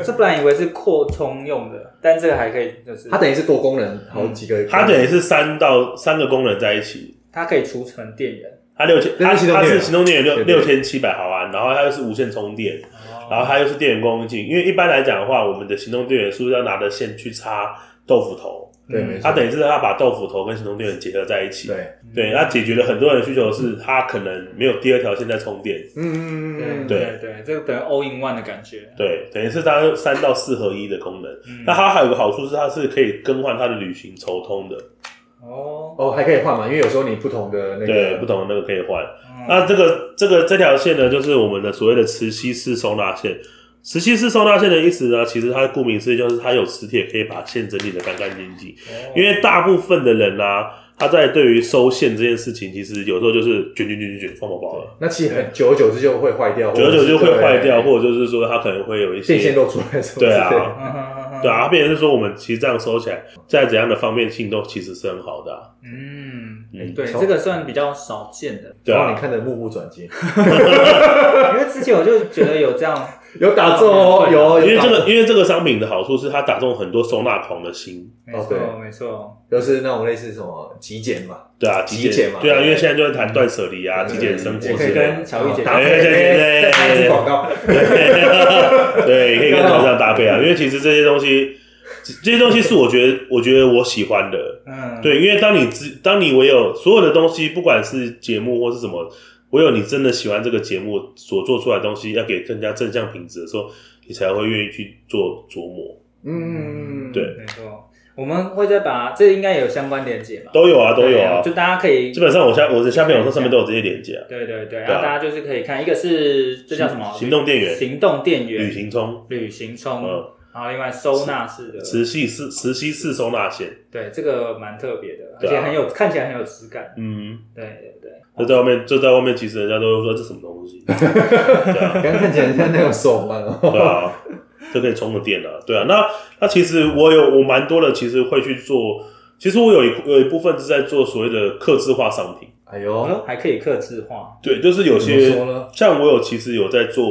这本来以为是扩充用的，但这个还可以，就是它等于是多功能，好几个，它嗯等于是三到三个功能在一起，它可以储存电源。它六千，那它是行动它电源是行动电源六对对哦六千七百毫安，然后它又是无线充电，然后它又是电源供应器。因为一般来讲的话，我们的行动电源是不是要拿着线去插豆腐头？对，嗯没错它，等于是它把豆腐头跟行动电源结合在一起。对，对，它解决了很多人的需求，是它可能没有第二条线在充电。嗯，对对对，这个等于 all in one 的感觉。对，等于是它三到四合一的功能。嗯那它还有个好处是，它是可以更换它的旅行筹通的，哦，哦，还可以换嘛，因为有时候你不同的那对，个不同的啊那个可以换。嗯那这个这个这条线呢，就是我们的所谓的磁吸式收纳线。石器式收纳线的意思呢，其实它顾名思义就是它有磁铁可以把线整理的干干净净。因为大部分的人啊，他在对于收线这件事情，其实有时候就是卷卷卷卷卷放包包了，那其实很久而久之就会坏掉，久而久之就会坏掉，或者或者就是说它可能会有一是对电线些。都出来什么之类对的啊，嗯哼哼哼对啊，它变成是说我们其实这样收起来，在怎样的方便性都其实是很好的啊、嗯，嗯对，从这个算比较少见的，对然后啊你，看的目不转睛，因为之前我就觉得有这样，有 打中哦，有哦，因有为打这中个因为这个商品的好处是它打中很多收纳狂的心，没哦错对没错，就是那种类似什么极简嘛，对啊，极极简简嘛对啊，对因为现在就在谈断舍离啊，对极简生活也可以之类跟的，小玉姐搭配啊对对对再拍一支广告，对， 对，可以跟头上搭配啊，因为其实这些东西，这这些东西是我觉得我觉得我喜欢的，嗯，对，因为当你知当你唯有所有的东西，不管是节目或是什么，唯有你真的喜欢这个节目所做出来的东西，要给更加正向品质的时候，你才会愿意去做琢磨，嗯，对没错，我们会再把这应该也有相关连接嘛，都有啊，都有啊对，就大家可以基本上我下我的下面我上面都有这些连接啊，对对对，啊然后大家就是可以看，一个是这叫什么？行动电源行动电源、旅行冲，旅行冲，嗯然后另外收纳式的，磁吸式磁吸式收纳线，对，这个蛮特别的，而对啊且很有看起来很有质感。嗯。对对对，这在外面，这在外面，其实人家都会说这什么 东西，对啊，刚看起来像那种手环哦， 对啊，这可以充个电啊，对啊。那那其实我有我蛮多的，其实会去做，其实我有一有一部分是在做所谓的客制化商品，哎哦嗯呦，，还可以克制化，对，就是有怎么些说呢像我有其实有在做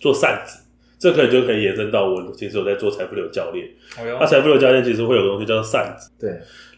做扇子，这可能就可以延伸到我其实有在做财富流教练，哦哟那，财富流教练其实会有个东西叫做扇子，对，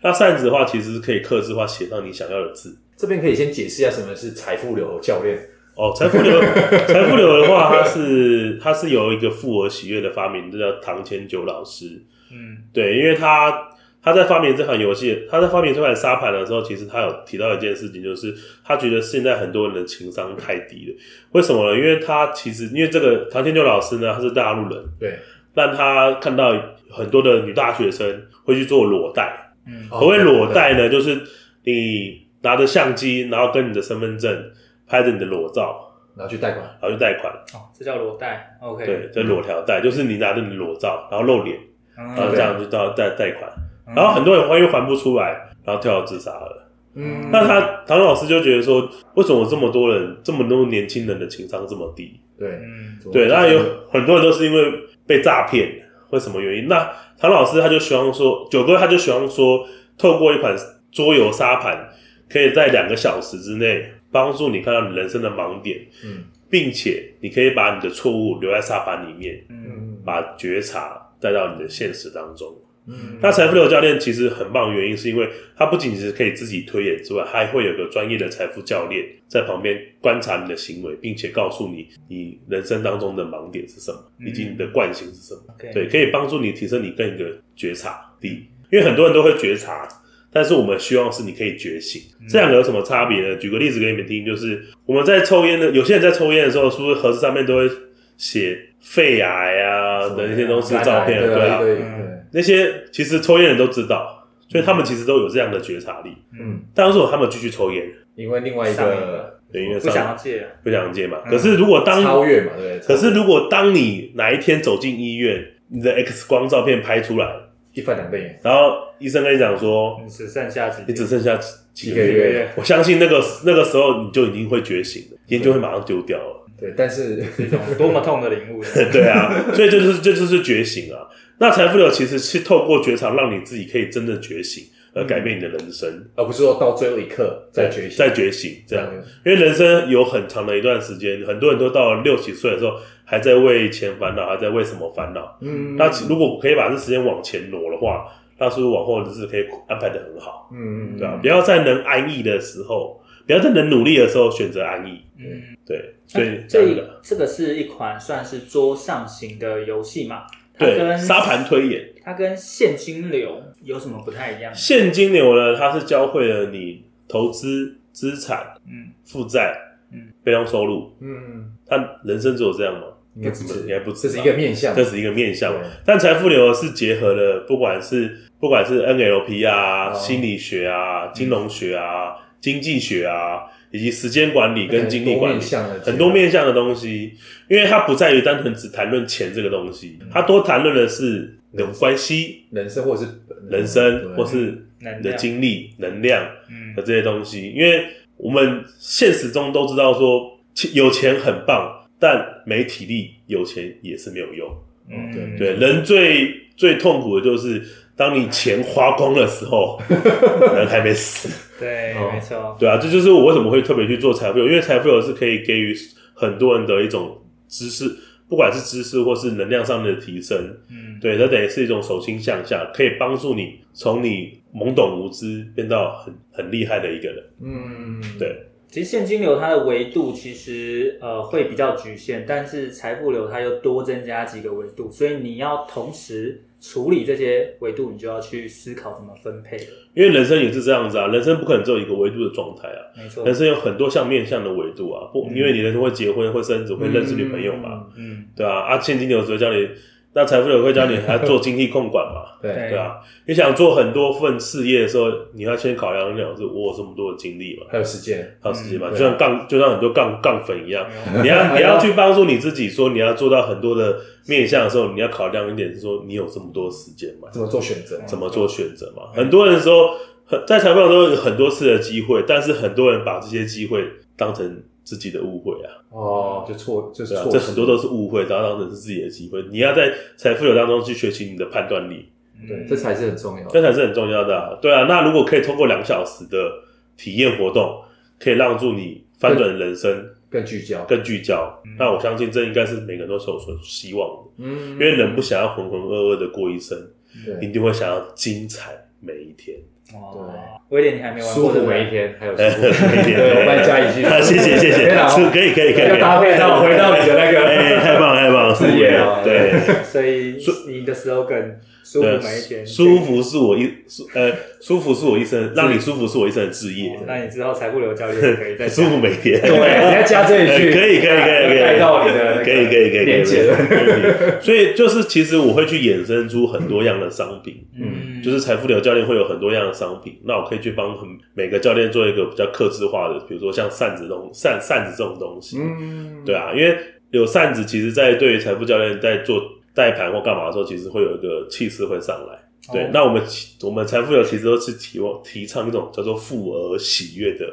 那扇子的话其实是可以客制化写上你想要的字。这边可以先解释一下什么是财富流教练，哦，财富流，财富流的话，它是它是由一个富而喜悦的发明，这叫堂前九老师。嗯对，因为他他在发明这款游戏，他在发明这款沙盘的时候，其实他有提到一件事情，就是他觉得现在很多人的情商太低了。为什么呢？因为他其实因为这个唐天九老师呢，他是大陆人，对，但他看到很多的女大学生会去做裸贷。嗯，哦所谓裸贷呢，就是你拿着相机，然后跟你的身份证拍着你的裸照，然后去贷款，然后去贷款。哦，这叫裸贷，OK，对，这裸条带就是你拿着你裸照，然后露脸，嗯，然啊后这样就到贷贷款，嗯，然后很多人还又还不出来，然后跳楼自杀了。嗯那他唐老师就觉得说，为什么这么多人，这么多年轻人的情商这么低？对嗯对，那有很多人都是因为被诈骗，为什么原因？那唐老师他就希望说，九哥他就希望说，透过一款桌游沙盘，可以在两个小时之内帮助你看到你人生的盲点，嗯并且你可以把你的错误留在沙盘里面。嗯把觉察带到你的现实当中。嗯那财富流教练其实很棒，原因是因为他不仅仅是可以自己推演之外，还会有个专业的财富教练在旁边观察你的行为，并且告诉你你人生当中的盲点是什么，嗯以及你的惯性是什么。 ，OK，对，可以帮助你提升你更一个觉察力，因为很多人都会觉察。但是我们希望是你可以觉醒，这两个有什么差别呢？举个例子给你们听，就是我们在抽烟的，有些人在抽烟的时候，是不是盒子上面都会写肺癌啊的那些东西的照片？对对啊啊，对嗯对，那些其实抽烟人都知道，所以他们其实都有这样的觉察力。嗯，但是他们继续抽烟，因为另外一上一个对，因为不想要上借，不想戒嘛。嗯可是如果当超越嘛，对不对，可是如果当你哪一天走进医院，你的 X 光照片拍出来，一翻两瞪眼，然后医生跟你讲说，你只剩下几天，你只剩下几几个个月。月，我相信那个那个时候你就已经会觉醒了，烟就会马上丢掉了。 对，但是是一种多么痛的领悟，对啊，所以这就是这就是觉醒啊。那财富流其实是透过觉察，让你自己可以真正觉醒，而改变你的人生，而不是说到最后一刻嗯再觉醒，再觉醒这样。因为人生有很长的一段时间，很多人都到了六七岁的时候，还在为钱烦恼，还在为什么烦恼。嗯，那如果可以把这时间往前挪的话，那是不是往后的日子可以安排的很好？嗯嗯对啊，不要在能安逸的时候，不要在能努力的时候选择安逸。嗯。对，所以那 这这样一的这个是一款算是桌上型的游戏嘛？它对跟沙盘推演，它跟现金流有什么不太一样？现金流呢，它是教会了你投资、资产、嗯，负债、嗯被动收入。嗯，但人生只有这样吗？应该不止，应该不止吧这是一个面向，这是一个面向对，但财富流是结合了不管是不管是 NLP 啊、哦心理学啊、金融学啊、经济学啊，以及时间管理跟精力管理面向的很多面向的东西，因为它不在于单纯只谈论钱这个东西，嗯它多谈论的是你的关系、人生或者是人生对或是嗯能你的量，精力、能量嗯的这些东西。因为我们现实中都知道说，其有钱很棒，但没体力，有钱也是没有用。嗯对对，人最最痛苦的就是当你钱花光的时 候，人还没死。对，哦没错，对啊，这就是我为什么会特别去做财富友，因为财富友是可以给予很多人的一种知识，不管是知识或是能量上面的提升。嗯，对，它等于是一种手心向下，可以帮助你从你懵懂无知变到很很厉害的一个人。嗯，对，其实现金流它的维度其实呃会比较局限，但是财富流它又多增加几个维度，所以你要同时处理这些维度，你就要去思考怎么分配了。因为人生也是这样子啊，人生不可能只有一个维度的状态啊，没错人，生有很多项面向的维度啊。不，因为你人生会结婚、会生子、会认识女朋友嘛，嗯，对啊，啊，现金流只会教你，那财富流会教你还要做经济控管嘛。对对对啊，你想做很多份事业的时候，你要先考量两是我有这么多的精力嘛，还有时间，还有时间嘛，嗯就像杠，就像很多杠杠粉一 样，没有你要你要去帮助你自己，说你要做到很多的面向的时候，你要考量一点是说你有这么多时间嘛，怎么做选择？怎么做选择嘛。很多人说很在采访中有很多次的机会，但是很多人把这些机会当成自己的误会啊，哦，就错，就是对啊错，，这很多都是误会，然后当成是自己的机会。你要在财富流当中去学习你的判断力，对，这嗯才是很重要这的。才是很重要的、啊。对啊，那如果可以通过两小时的体验活动，可以让助你翻转人生更聚焦，更聚焦，那我相信这应该是每个人都是有所希望的，嗯，因为人不想要浑浑噩噩的过一生，一对，定会想要精彩每一天。哦，威廉你还没玩舒过对服不对每一天， 还有舒服每一天，对，我对帮你加一句啊，谢谢谢 谢对啊，是可以可以可以，可要以搭配到回到你的那哎，个，太棒了太棒了，是事业啊对。所以你的 slogan 舒服对每一天，舒服是我一舒呃舒服是我一生，让你舒服是我一生的志业哦。那你之后财富流教练可以再舒服每天，对，你要加这一句，可以可以可以可以，带到你的那个可以可以可以连接了，可以所以就是其实我会去衍生出很多样的商品，嗯，就是财富流教练会有很多样的商品，那我可以去帮很每个教练做一个比较克制化的，比如说像扇子这种扇扇子这种东西，嗯，对啊，因为有扇子，其实在对于财富教练在做带盘或干嘛的时候，其实会有一个气势会上来。对，哦那我们其我们财富流其实都是提提倡一种叫做富而喜悦的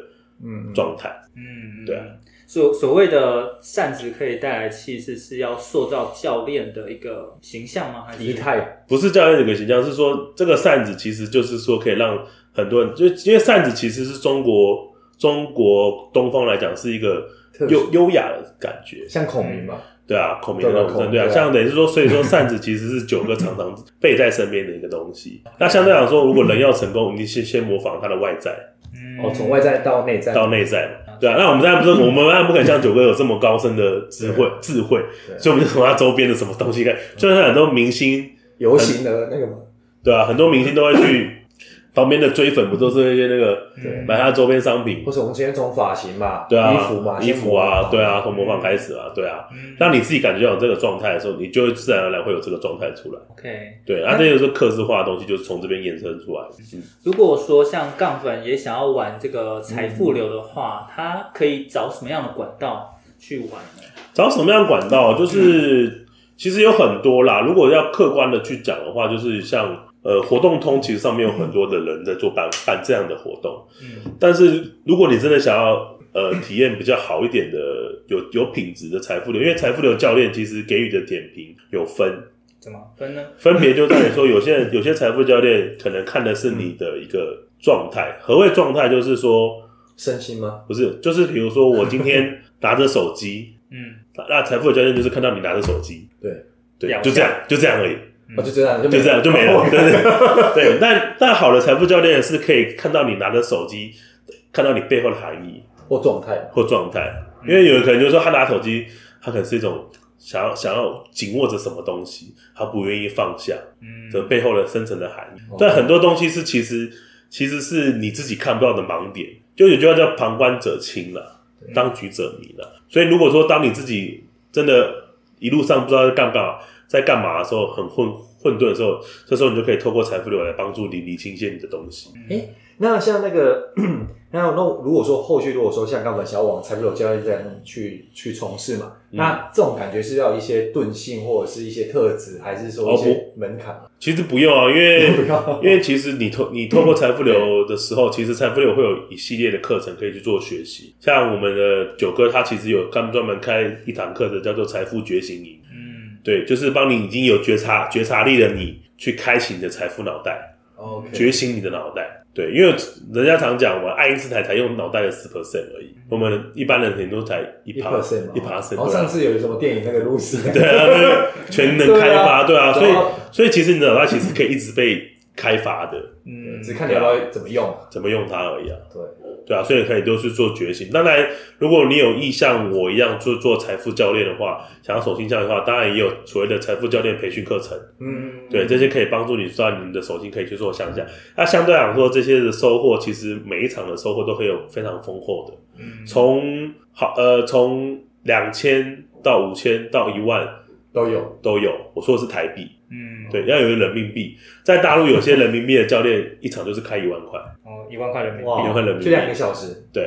嗯，嗯，状态。嗯，嗯对啊。所所谓的扇子可以带来气势，是要塑造教练的一个形象吗？还是仪？态，不是教练这个形象，是说这个扇子其实就是说可以让很多人，就因为扇子其实是中国中国东方来讲是一个特殊优优雅的感觉，像孔明嘛，对啊，孔明的那种对啊对啊，孔明像等于是说，所以说扇子其实是九个常常背在身边的一个东西。 那相对来说，如果人要成功，你先先模仿他的外在嗯哦，从外在到内在，到内在嘛，对啊。那我们当然不是，我们当然不可能像九哥有这么高深的智慧智慧，对所以我们就从他周边的什么东西看，就像很多明星游行的那个嘛，对啊，很多明星都会 去旁边的追粉，不都是那些那个对买他的周边商品或？者我们先从发型嘛，对啊，衣服嘛，衣先服模啊，仿嗯对啊，，从模仿开始啊，对啊。当你自己感觉到有这个状态的时候，你就会自然而然会有这个状态出来。 OK。对，啊，这就是克制化的东西，就是从这边衍生出来。嗯，如果说像杠粉也想要玩这个财富流的话，他可以找什么样的管道去玩呢？找什么样的管道？就是、其实有很多啦。如果要客观的去讲的话，就是像呃活动通，其实上面有很多的人在做办办这样的活动。嗯，但是如果你真的想要呃体验比较好一点的，有有品质的财富流，因为财富流教练其实给予的点评有分，怎么分呢？分别就在于说，有些人有些财富教练可能看的是你的一个状态。何谓状态？就是说，身心吗？不是，就是比如说我今天拿着手机， 嗯，那那财富的教练就是看到你拿着手机，对，对表，就这样，就这样而已，嗯我就这样，就就这样就没 了，对对对对。对但但好的财富教练是可以看到你拿着手机，看到你背后的含义。或状态，或状态，因为有人可能就是说他拿手机，他可能是一种想要想要紧握着什么东西，他不愿意放下，嗯这背后的深层的含义哦。但很多东西是其实其实是你自己看不到的盲点，就有句话叫旁观者清了，当局者迷了。所以如果说当你自己真的一路上不知道在干嘛，在干嘛的时候很混混沌的时候，这时候你就可以透过财富流来帮助你理清一些你的东西。诶，那像那个， 那那如果说后续如果说像刚才小往才会有教练这样去去从事嘛，嗯那这种感觉是要一些钝性或者是一些特质，还是哦说一些门槛？其实不用啊，因为 不用因为其实你透你透过财富流的时候，其实财富流会有一系列的课程可以去做学 习。像我们的九哥，他其实有他们专门开一堂课程，叫做财富觉醒营，嗯，对，就是帮你已经有觉察觉察力的你去开启你的财富脑袋， OK，觉醒你的脑袋。对，因为人家常讲嘛，爱因斯坦才用脑袋的四 percent 而已，我们一般人顶多才嗯一一 p percent 嘛，一 percent。啊然后上次有什么电影那个路斯，对啊，那个全能开发，对对啊，啊所以然后所以其实你的脑袋其实可以一直被开发的，嗯， 只看你要不要怎么用。怎么用它而已啊，对，对啊，所以可以都是做觉醒。当然，如果你有意向我一样做做财富教练的话，想要手心教练的话，当然也有所谓的财富教练培训课程，嗯，对，这些可以帮助你知道你的手心可以去做想象。那相对来说，这些的收获其实每一场的收获都会有非常丰厚的。嗯从好呃从两千到五千到一万都有。都有，我说的是台币，嗯，对，要有人民币。在大陆有些人民币的教练一场就是开一万块，哦，一万块人民哇币，有可能就两个小时，对。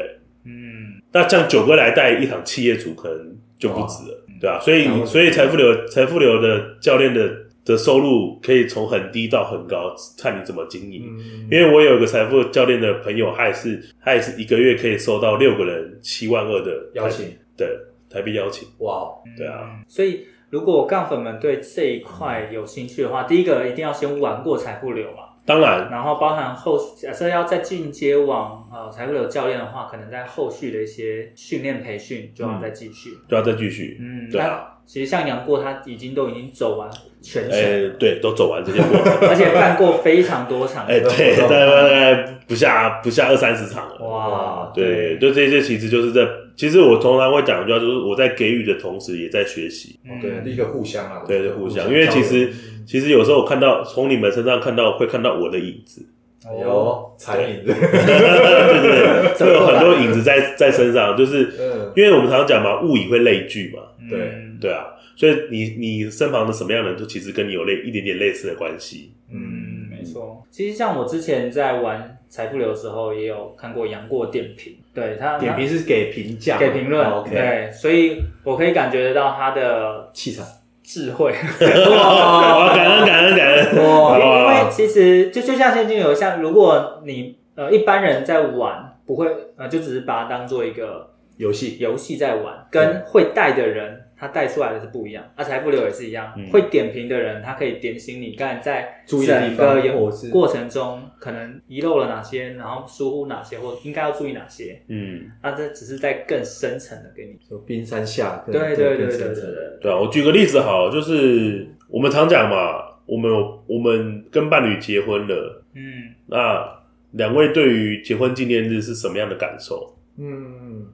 嗯，那像九哥来带一场企业组，可能就不止哦了，对啊吧、所以那我所以财富流财富流的教练的的收入可以从很低到很高，看你怎么经营。嗯因为我有一个财富教练的朋友，他也是他也是一个月可以收到六个人七万二的邀请，对台币邀请，哇，对啊，所以如果杠粉们对这一块有兴趣的话，第一个一定要先玩过财富流嘛，当然然后包含后假设要再进阶往呃财富流教练的话，可能在后续的一些训练培训就要再继续。就要啊再继续，嗯，对啊，那其实像杨过他已经都已经走完全哎、程，对，都走完这些过 程，而且办过非常多场。哎、对，大概大概不下不下二三十场了，哇，对，，就这些其实就是在，其实我通常会讲一句话，就是我在给予的同时也在学习，嗯对，一个互相啊，对，是互相。因为其实其实有时候我看到从你们身上看到会看到我的影子， 哦有哎残影，对对对，会有很多影子在在身上，就是 嗯，因为我们常常讲嘛，物以会类聚嘛，对嗯对啊，所以你你身旁的什么样的人，就其实跟你有类一点点类似的关系，嗯，没错。其实像我之前在玩财富流的时候，也有看过杨过点评，对他点评是给评价他嘛，给评论哦，，OK，对，所以我可以感觉得到他的气场，智慧。 哇，哦感恩感恩感恩，哇因为其实就就像现金流，像如果你呃一般人在玩，不会呃就只是把它当做一个游戏，游戏在玩，跟会带的人他带出来的是不一样。啊，财富流也是一样，嗯会点评的人他可以点醒你，刚才在注意的整地方个或者是过程中可能遗漏了哪些，然后疏忽哪些，或应该要注意哪些。嗯。那这只是在更深层的给你。就冰山下，对对对对冰对山对下对，对啊，我举个例子好，就是我们常讲嘛，我们有我们跟伴侣结婚了，嗯，那两位对于结婚纪念日是什么样的感受？嗯，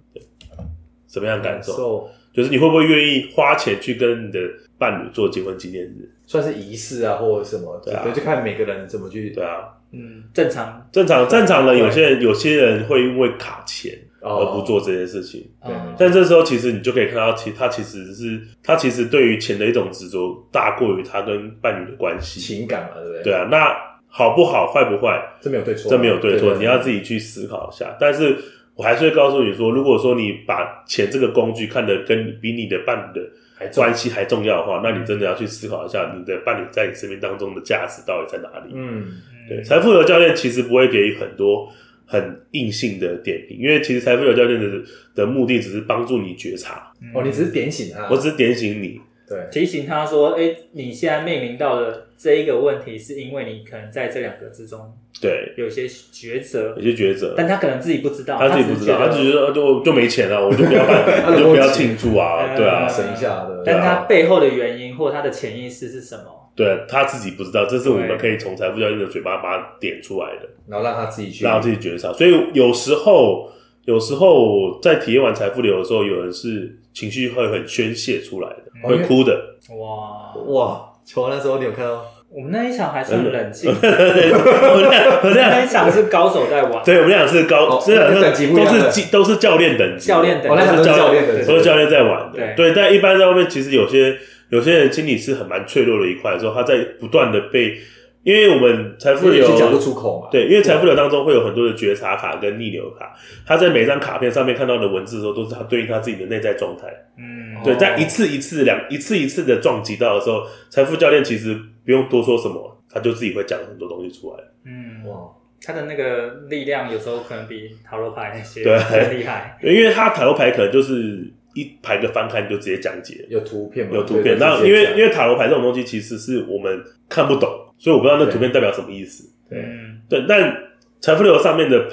什么样的感受？受就是你会不会愿意花钱去跟你的伴侣做结婚纪念日？算是仪式啊，或者什么，对啊就看每个人怎么去对啊，嗯，正常，正常正常人，对有些人有些人会因为卡钱而哦不做这件事情。对嗯但这时候，其实你就可以看到，其他其实是他其实对于钱的一种执着，大过于他跟伴侣的关系。情感嘛，对不对？对，啊，那好不好，坏不坏，这没有对错，这没有对错，你要自己己去思考一下。但是我还是会告诉你说，如果说你把钱这个工具看得跟比你的伴侣还的重关系还重要的话，那你真的要去思考一下，你的伴侣在你生命当中的价值到底在哪里？嗯，对，财富流教练其实不会给予很多很硬性的点评，因为其实财富流教练的的目的只是帮助你觉察，嗯哦，你只是点醒他，我只是点醒你。对，提醒他说：“哎、你现在面临到的这一个问题，是因为你可能在这两个之中对，有一些抉择有，些抉择，但他可能自己不知道，他自己不知道，他只只是觉是得说就就没钱啊了，我就不要办，我就不要庆祝啊，对啊，省一下，对不对但？啊他背后的原因或他的潜意识是什么？对他自己不知道，这是我们对可以从财富教练的嘴巴把它点出来的，然后让他自己去，让他自己觉察。所以有时候，有时候在体验完财富流的时候，有人是情绪会很宣泄出来的，哦会哭的。哇，哇，球啊那时候你有看到我们那一场还算冷静，我们俩，我们那俩，一场是高手在玩， 对我们俩是高，哦这两那个个等级不一都样是的技都是教练等级，教练等哦那级场都都是是教教练练的，都是教练在玩的。对对，但一般在外面，其实有些有些人心里是很蛮脆弱的一块，之后他在不断的被因为我们财富因为流你讲不出口嘛。对，因为财富流当中会有很多的觉察卡跟逆流卡，他在每张卡片上面看到的文字的时候，都是他对应他自己的内在状态。嗯，对，哦在一次一次两一次一次的撞击到的时候，财富教练其实不用多说什么，他就自己会讲很多东西出来。嗯，哇，他的那个力量有时候可能比塔罗牌那些对更厉害。因为他塔罗牌可能就是一排个翻开你就直接讲解，有图片吗？有图对片。那因为因为为塔罗牌这种东西其实是我们看不懂，所以我不知道那图片代表什么意思。对，嗯，对，但财富流上面的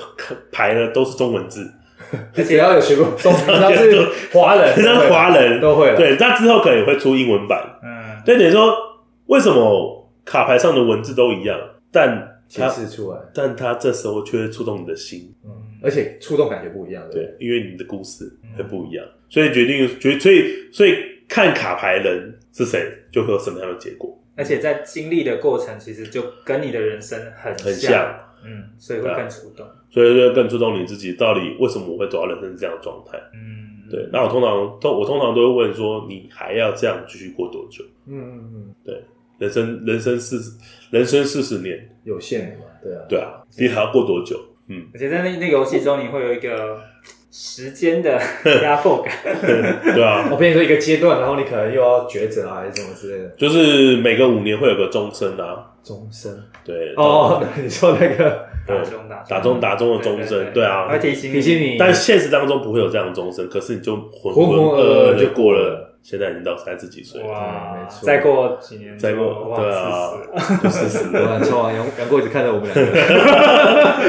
牌呢都是中文字，你只哎要有 学过中文，只要是华人，那是华人都会了。对，啊那之后可能也会出英文版。嗯，对，等于说为什么卡牌上的文字都一样，但显它示出来，但它这时候却会触动你的心，嗯，而且触动感觉不一样的。对，嗯因为你的故事会不一样，所以决定决所以所以看卡牌人是谁，就会有什么样的结果，而且在经历的过程，其实就跟你的人生很很像。嗯，所以会更触动。所以就更注重你自己到底为什么我会走到人生这样的状态。嗯，对，那我通常通我通常都会问说，你还要这样继续过多久？嗯嗯人生人生四人生四十年嗯，，有限的嘛，对啊。对啊，你还要过多久？ 嗯，而且在那那个游戏中，你会有一个时间 的压迫 感。对啊我，跟你说一个阶段，然后你可能又要抉择啊，还是什么之类的，就是每个五年会有个终身啊，终身。对，哦，那你说那个打中打打中打中的终身，嗯对啊会，提醒提醒你，但现实当中不会有这样的终身，可是你就浑浑浑浑噩噩噩噩就就过过了了，现在已经到三十几岁，哇对没，错再过几年就，再过哇，对啊四十，就四 十了，哇，超王杨杨过一直看着我们两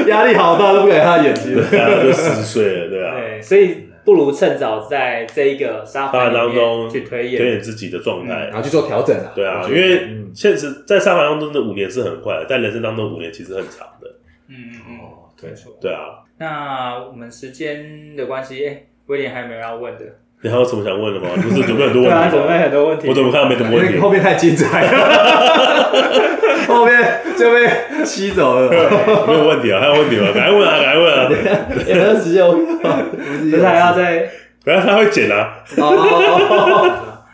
个， 压力好大，都不敢看他眼睛。 对啊，就四十岁了，对啊，对，所以不如趁早在这一个沙沙发盘当中去推推演。演自己的状态然。后去做调整啊。对啊我，因觉得为嗯现实在沙盘当中的五年是很快的，但人生当中五年其实很长的。嗯嗯嗯，哦，对，对啊，那我们时间的关系，哎，威廉还有没有要问的？你还有什么想问的吗？你不是准备很多对啊，问题准备吗？很多问题。我怎么看到没什么因问题 为？后面太精彩 了，后面就被吸走 了。没有问题啊，还有问题吗？赶快问啊，赶快问啊！有段时间我不 不是还 要再然后他会剪啊，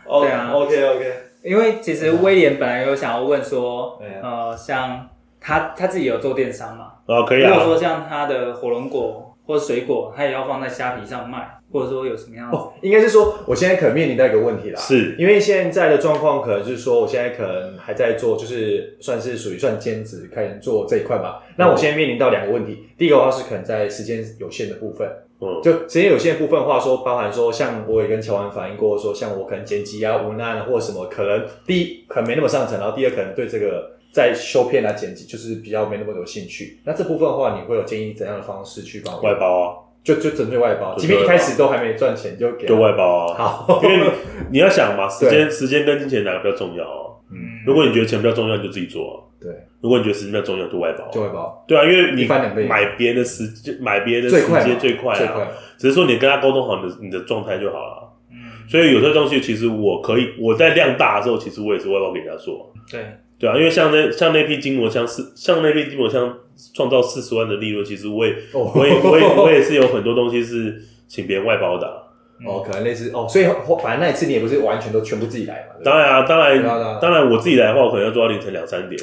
哦，对啊 OK OK，因为其实威廉本来有想要问说对，呃，像他他自己有做电商嘛，啊，可以如果啊，说像他的火龙果或水果，他也要放在虾皮上卖，或者说有什么样子？哦，应该是说我现在可能面临到一个问题啦，是因为现在的状况可能就是说，我现在可能还在做，就是算是属于算兼职，可能做这一块吧。那我现在面临到两个问题，第一个的话是可能在时间有限的部分，嗯，就时间有限的部分的话说，包含说像我也跟乔安反映过说，像我可能剪辑啊、文案啊或什么，可能第一可能没那么上层，然后第二可能对这个在修片啊、剪辑就是比较没那么有兴趣。那这部分的话，你会有建议怎样的方式去帮我外？包就就针对外包，就即便一外包开始都还没赚钱就给啊，就外包啊，好， 因为你你要想嘛，时间时间跟金钱哪个比较重要啊？嗯，如果你觉得钱比较重要，你就自己做啊；对如果你觉得时间比较重要，就外包啊。就外包对啊，因为你一翻两倍买别人的时间，买别人的最时快间嘛最快最啊快。，只是说你跟他沟通好你的你的状态就好了。嗯，所以有些东西其实我可以，我在量大的时候，其实我也是外包给人家做，对，对啊，因为像那像那批筋膜枪是像那批筋膜枪创造四十万的利润，其实我也哦我也我也我也是有很多东西是请别人外包的啊、哦，可能类似哦，所以反正那一次你也不是完全都全部自己来嘛，对吧当然啊，当然对啊对啊嗯当然我自己来的话，我可能要做到凌晨两三点，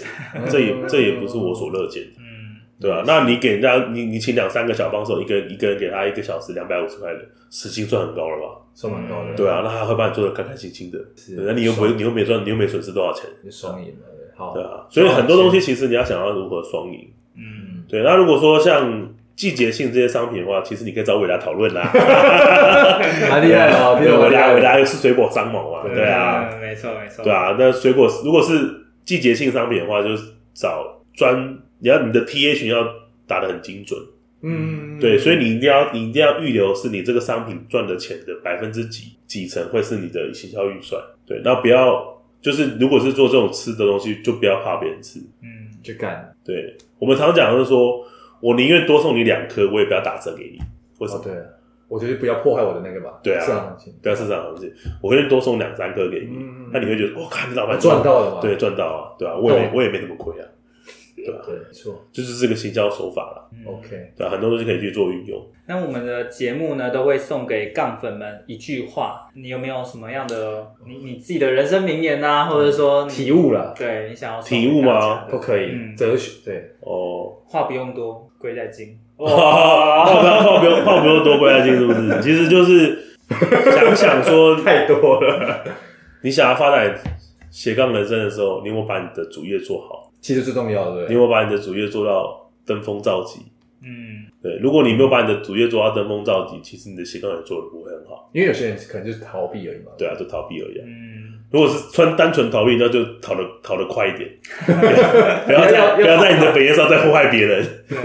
这也这也不是我所乐见的。嗯，对吧、那你给人家，你你请两三个小帮手，一个人一个人给他一个小时两百五十块的，时薪算很高了吧？算蛮高的，对啊，那他会把你做的开开心心的，嗯是对那你又不你又没赚，你又没损失多少钱，是双赢的，好，对啊，所以很多东西其实你要想要如何双赢。嗯，对，那如果说像季节性这些商品的话，其实你可以找伟达讨 论啦。蛮厉害的 哦，对，伟我达伟达又是水果商盟嘛，对啊，嗯，没错没错，对，啊。那水果如果是季节性商品的话，就是找专，你要你的 TA 群要打得很精准，嗯，对，所以你一定要你一定要预留是你这个商品赚的钱的百分之几几成会是你的行销预算，对，那不要就是如果是做这种吃的东西，就不要怕别人吃，嗯，去干，对我们常讲的是说，我宁愿多送你两颗，我也不要打折给你。为什哦么？，对，我觉得不要破坏我的那个吧，对啊市场行情，不要市场行情，我可以多送两三颗给你，嗯那你会觉得，我、哦、靠，你老板赚，到了嘛，哦对，赚到啊，对啊，我也没对我也没怎么亏啊，对吧？对，没错。就是这个行销手法了，嗯 OK，对吧？啊很多东西可以去做运用。那我们的节目呢，都会送给杠粉们一句话，你有没有什么样的你你自己的人生名言啊，或者说你 体？悟了，对你想要体悟吗吗？都可以，嗯哲学对， 哦，话不用多，贵在精。 话不要话不用话不用多归在精，是不 是？其实就是想想说，太多了。你想要发展斜杠人生的时候，你有没有把你的主业做好？其实最重要的，你有没有把你的主业做到登峰造极？嗯，对，如果你没有把你的主业做到登峰造极，其实你的斜杠也做的不会很好。因为有些人可能就是逃避而已嘛。对啊，就逃避而已啊、嗯，如果是穿单纯逃避，那就逃的逃的快一 点，不要在不要在你的本业上再祸害别 人。对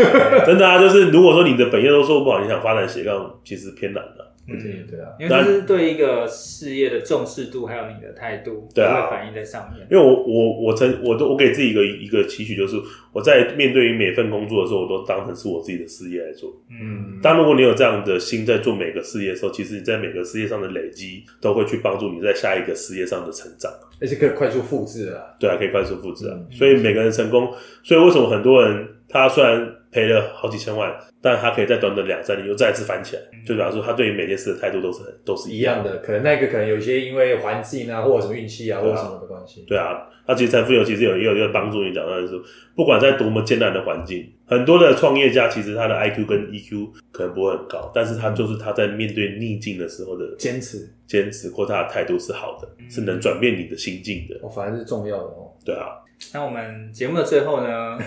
真的啊，就是如果说你的本业都做不好，你想发展斜杠，其实偏难的、不建议，嗯对啊，因为这是对一个事业的重视度，还有你的态度，对都啊会反映在上面。因为我我我曾我都我给自己一个一个期许，就是我在面对于每份工作的时候，我都当成是我自己的事业来做。嗯，当如果你有这样的心在做每个事业的时候，其实你在每个事业上的累积，都会去帮助你在下一个事业上的成长。而且可以快速复制了，对啊，可以快速复制啊。嗯所以每个人成功，所以为什么很多人他虽然赔了好几千万，但他可以在短短两三年又再次翻起来，嗯就表示说他对于每件事的态度都是很都是一一样的。样的，可能那个可能有些因为环境啊，或者什么运气啊，或对啊者什么的关系。对啊，那其实财富流其实有也有一个帮助你讲到的是说，不管在多么艰难的环境，很多的创业家其实他的 IQ 跟 EQ 可能不会很高，但是他就是他在面对逆境的时候的坚持，坚持或他的态度是好的，嗯是能转变你的心境的。哦，反而是重要的哦。对啊，那我们节目的最后 呢，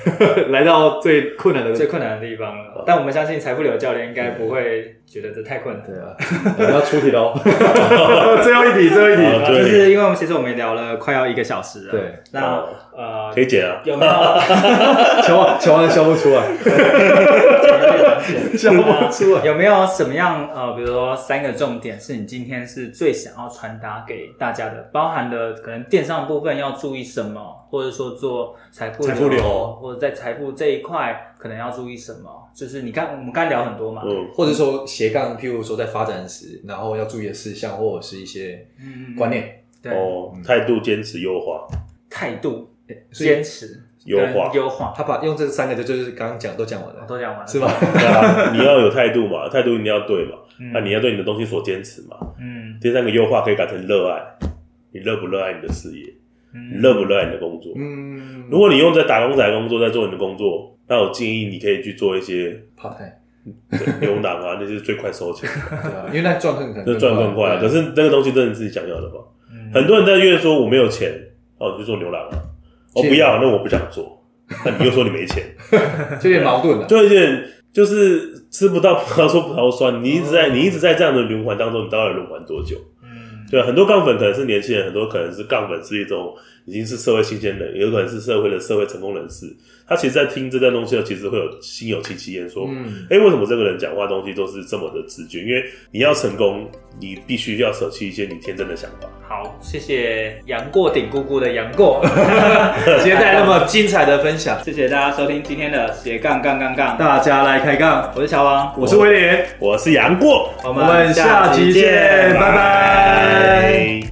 来到最困难的最困难的地方了。但我们相信财富流教练应该不会觉得这太困难。对啊，我们要出题喽， 最后一题，最后一好题。对就是因为我们其实我们也聊了快要一个小时了。对，那呃可，以解啊。有没有求望求望笑不出来， 笑不出来。有没有什么样呃，比如说三个重点是你今天是最想要传达给大家的，包含了可能电商部分要注意什么，或者说做财富财富流或者在财富这一块可能要注意什么？就是你刚我们刚聊很多嘛，嗯，或者说斜杠，譬如说在发展时，然后要注意的事项，或者是一些嗯观，念，对，哦，态度坚持优化，态度、所以坚持、优化跟优化，他把用这三个就就是刚刚讲都讲完我了，都讲完了，是吧？？对啊， 你要有态度嘛，态度一定要对嘛，嗯那你要对你的东西所坚持嘛。嗯，第三个优化可以改成热爱，你热不热爱你的事业，你热不热爱你的工作？嗯，如果你用在打工仔工作，在做你的工作，那我建议你可以去做 一些怕太，对牛郎啊，那就是最快收钱，对啊，因为那赚更可 能那赚更快。啊对可是那个东西真的是你想要的吗？嗯很多人在怨说我没有钱，哦，你去做牛郎啊，我、是不要，那我不想做。那你又说你没钱，就有点矛盾了。就有点就是吃不到葡萄说葡萄酸，你一直在你一直在这样的循环当中，你到底轮环多久？嗯对，很多杠粉可能是年轻人，很多可能是杠粉是一种已经是社会新鲜人，也有可能是社会的社会成功人士。他其实，在听这段东西的时候，其实会有心有戚戚焉，说，嗯，哎、为什么这个人讲话东西都是这么的直觉？因为你要成功，你必须要舍弃一些你天真的想法。好，谢谢杨过顶姑姑的杨过，今天带来那么精彩的分享，谢谢大家收听今天的斜杠杠杠杠，大家来开杠。我是小王，我是威廉，我是杨过，我我们下集见，拜拜。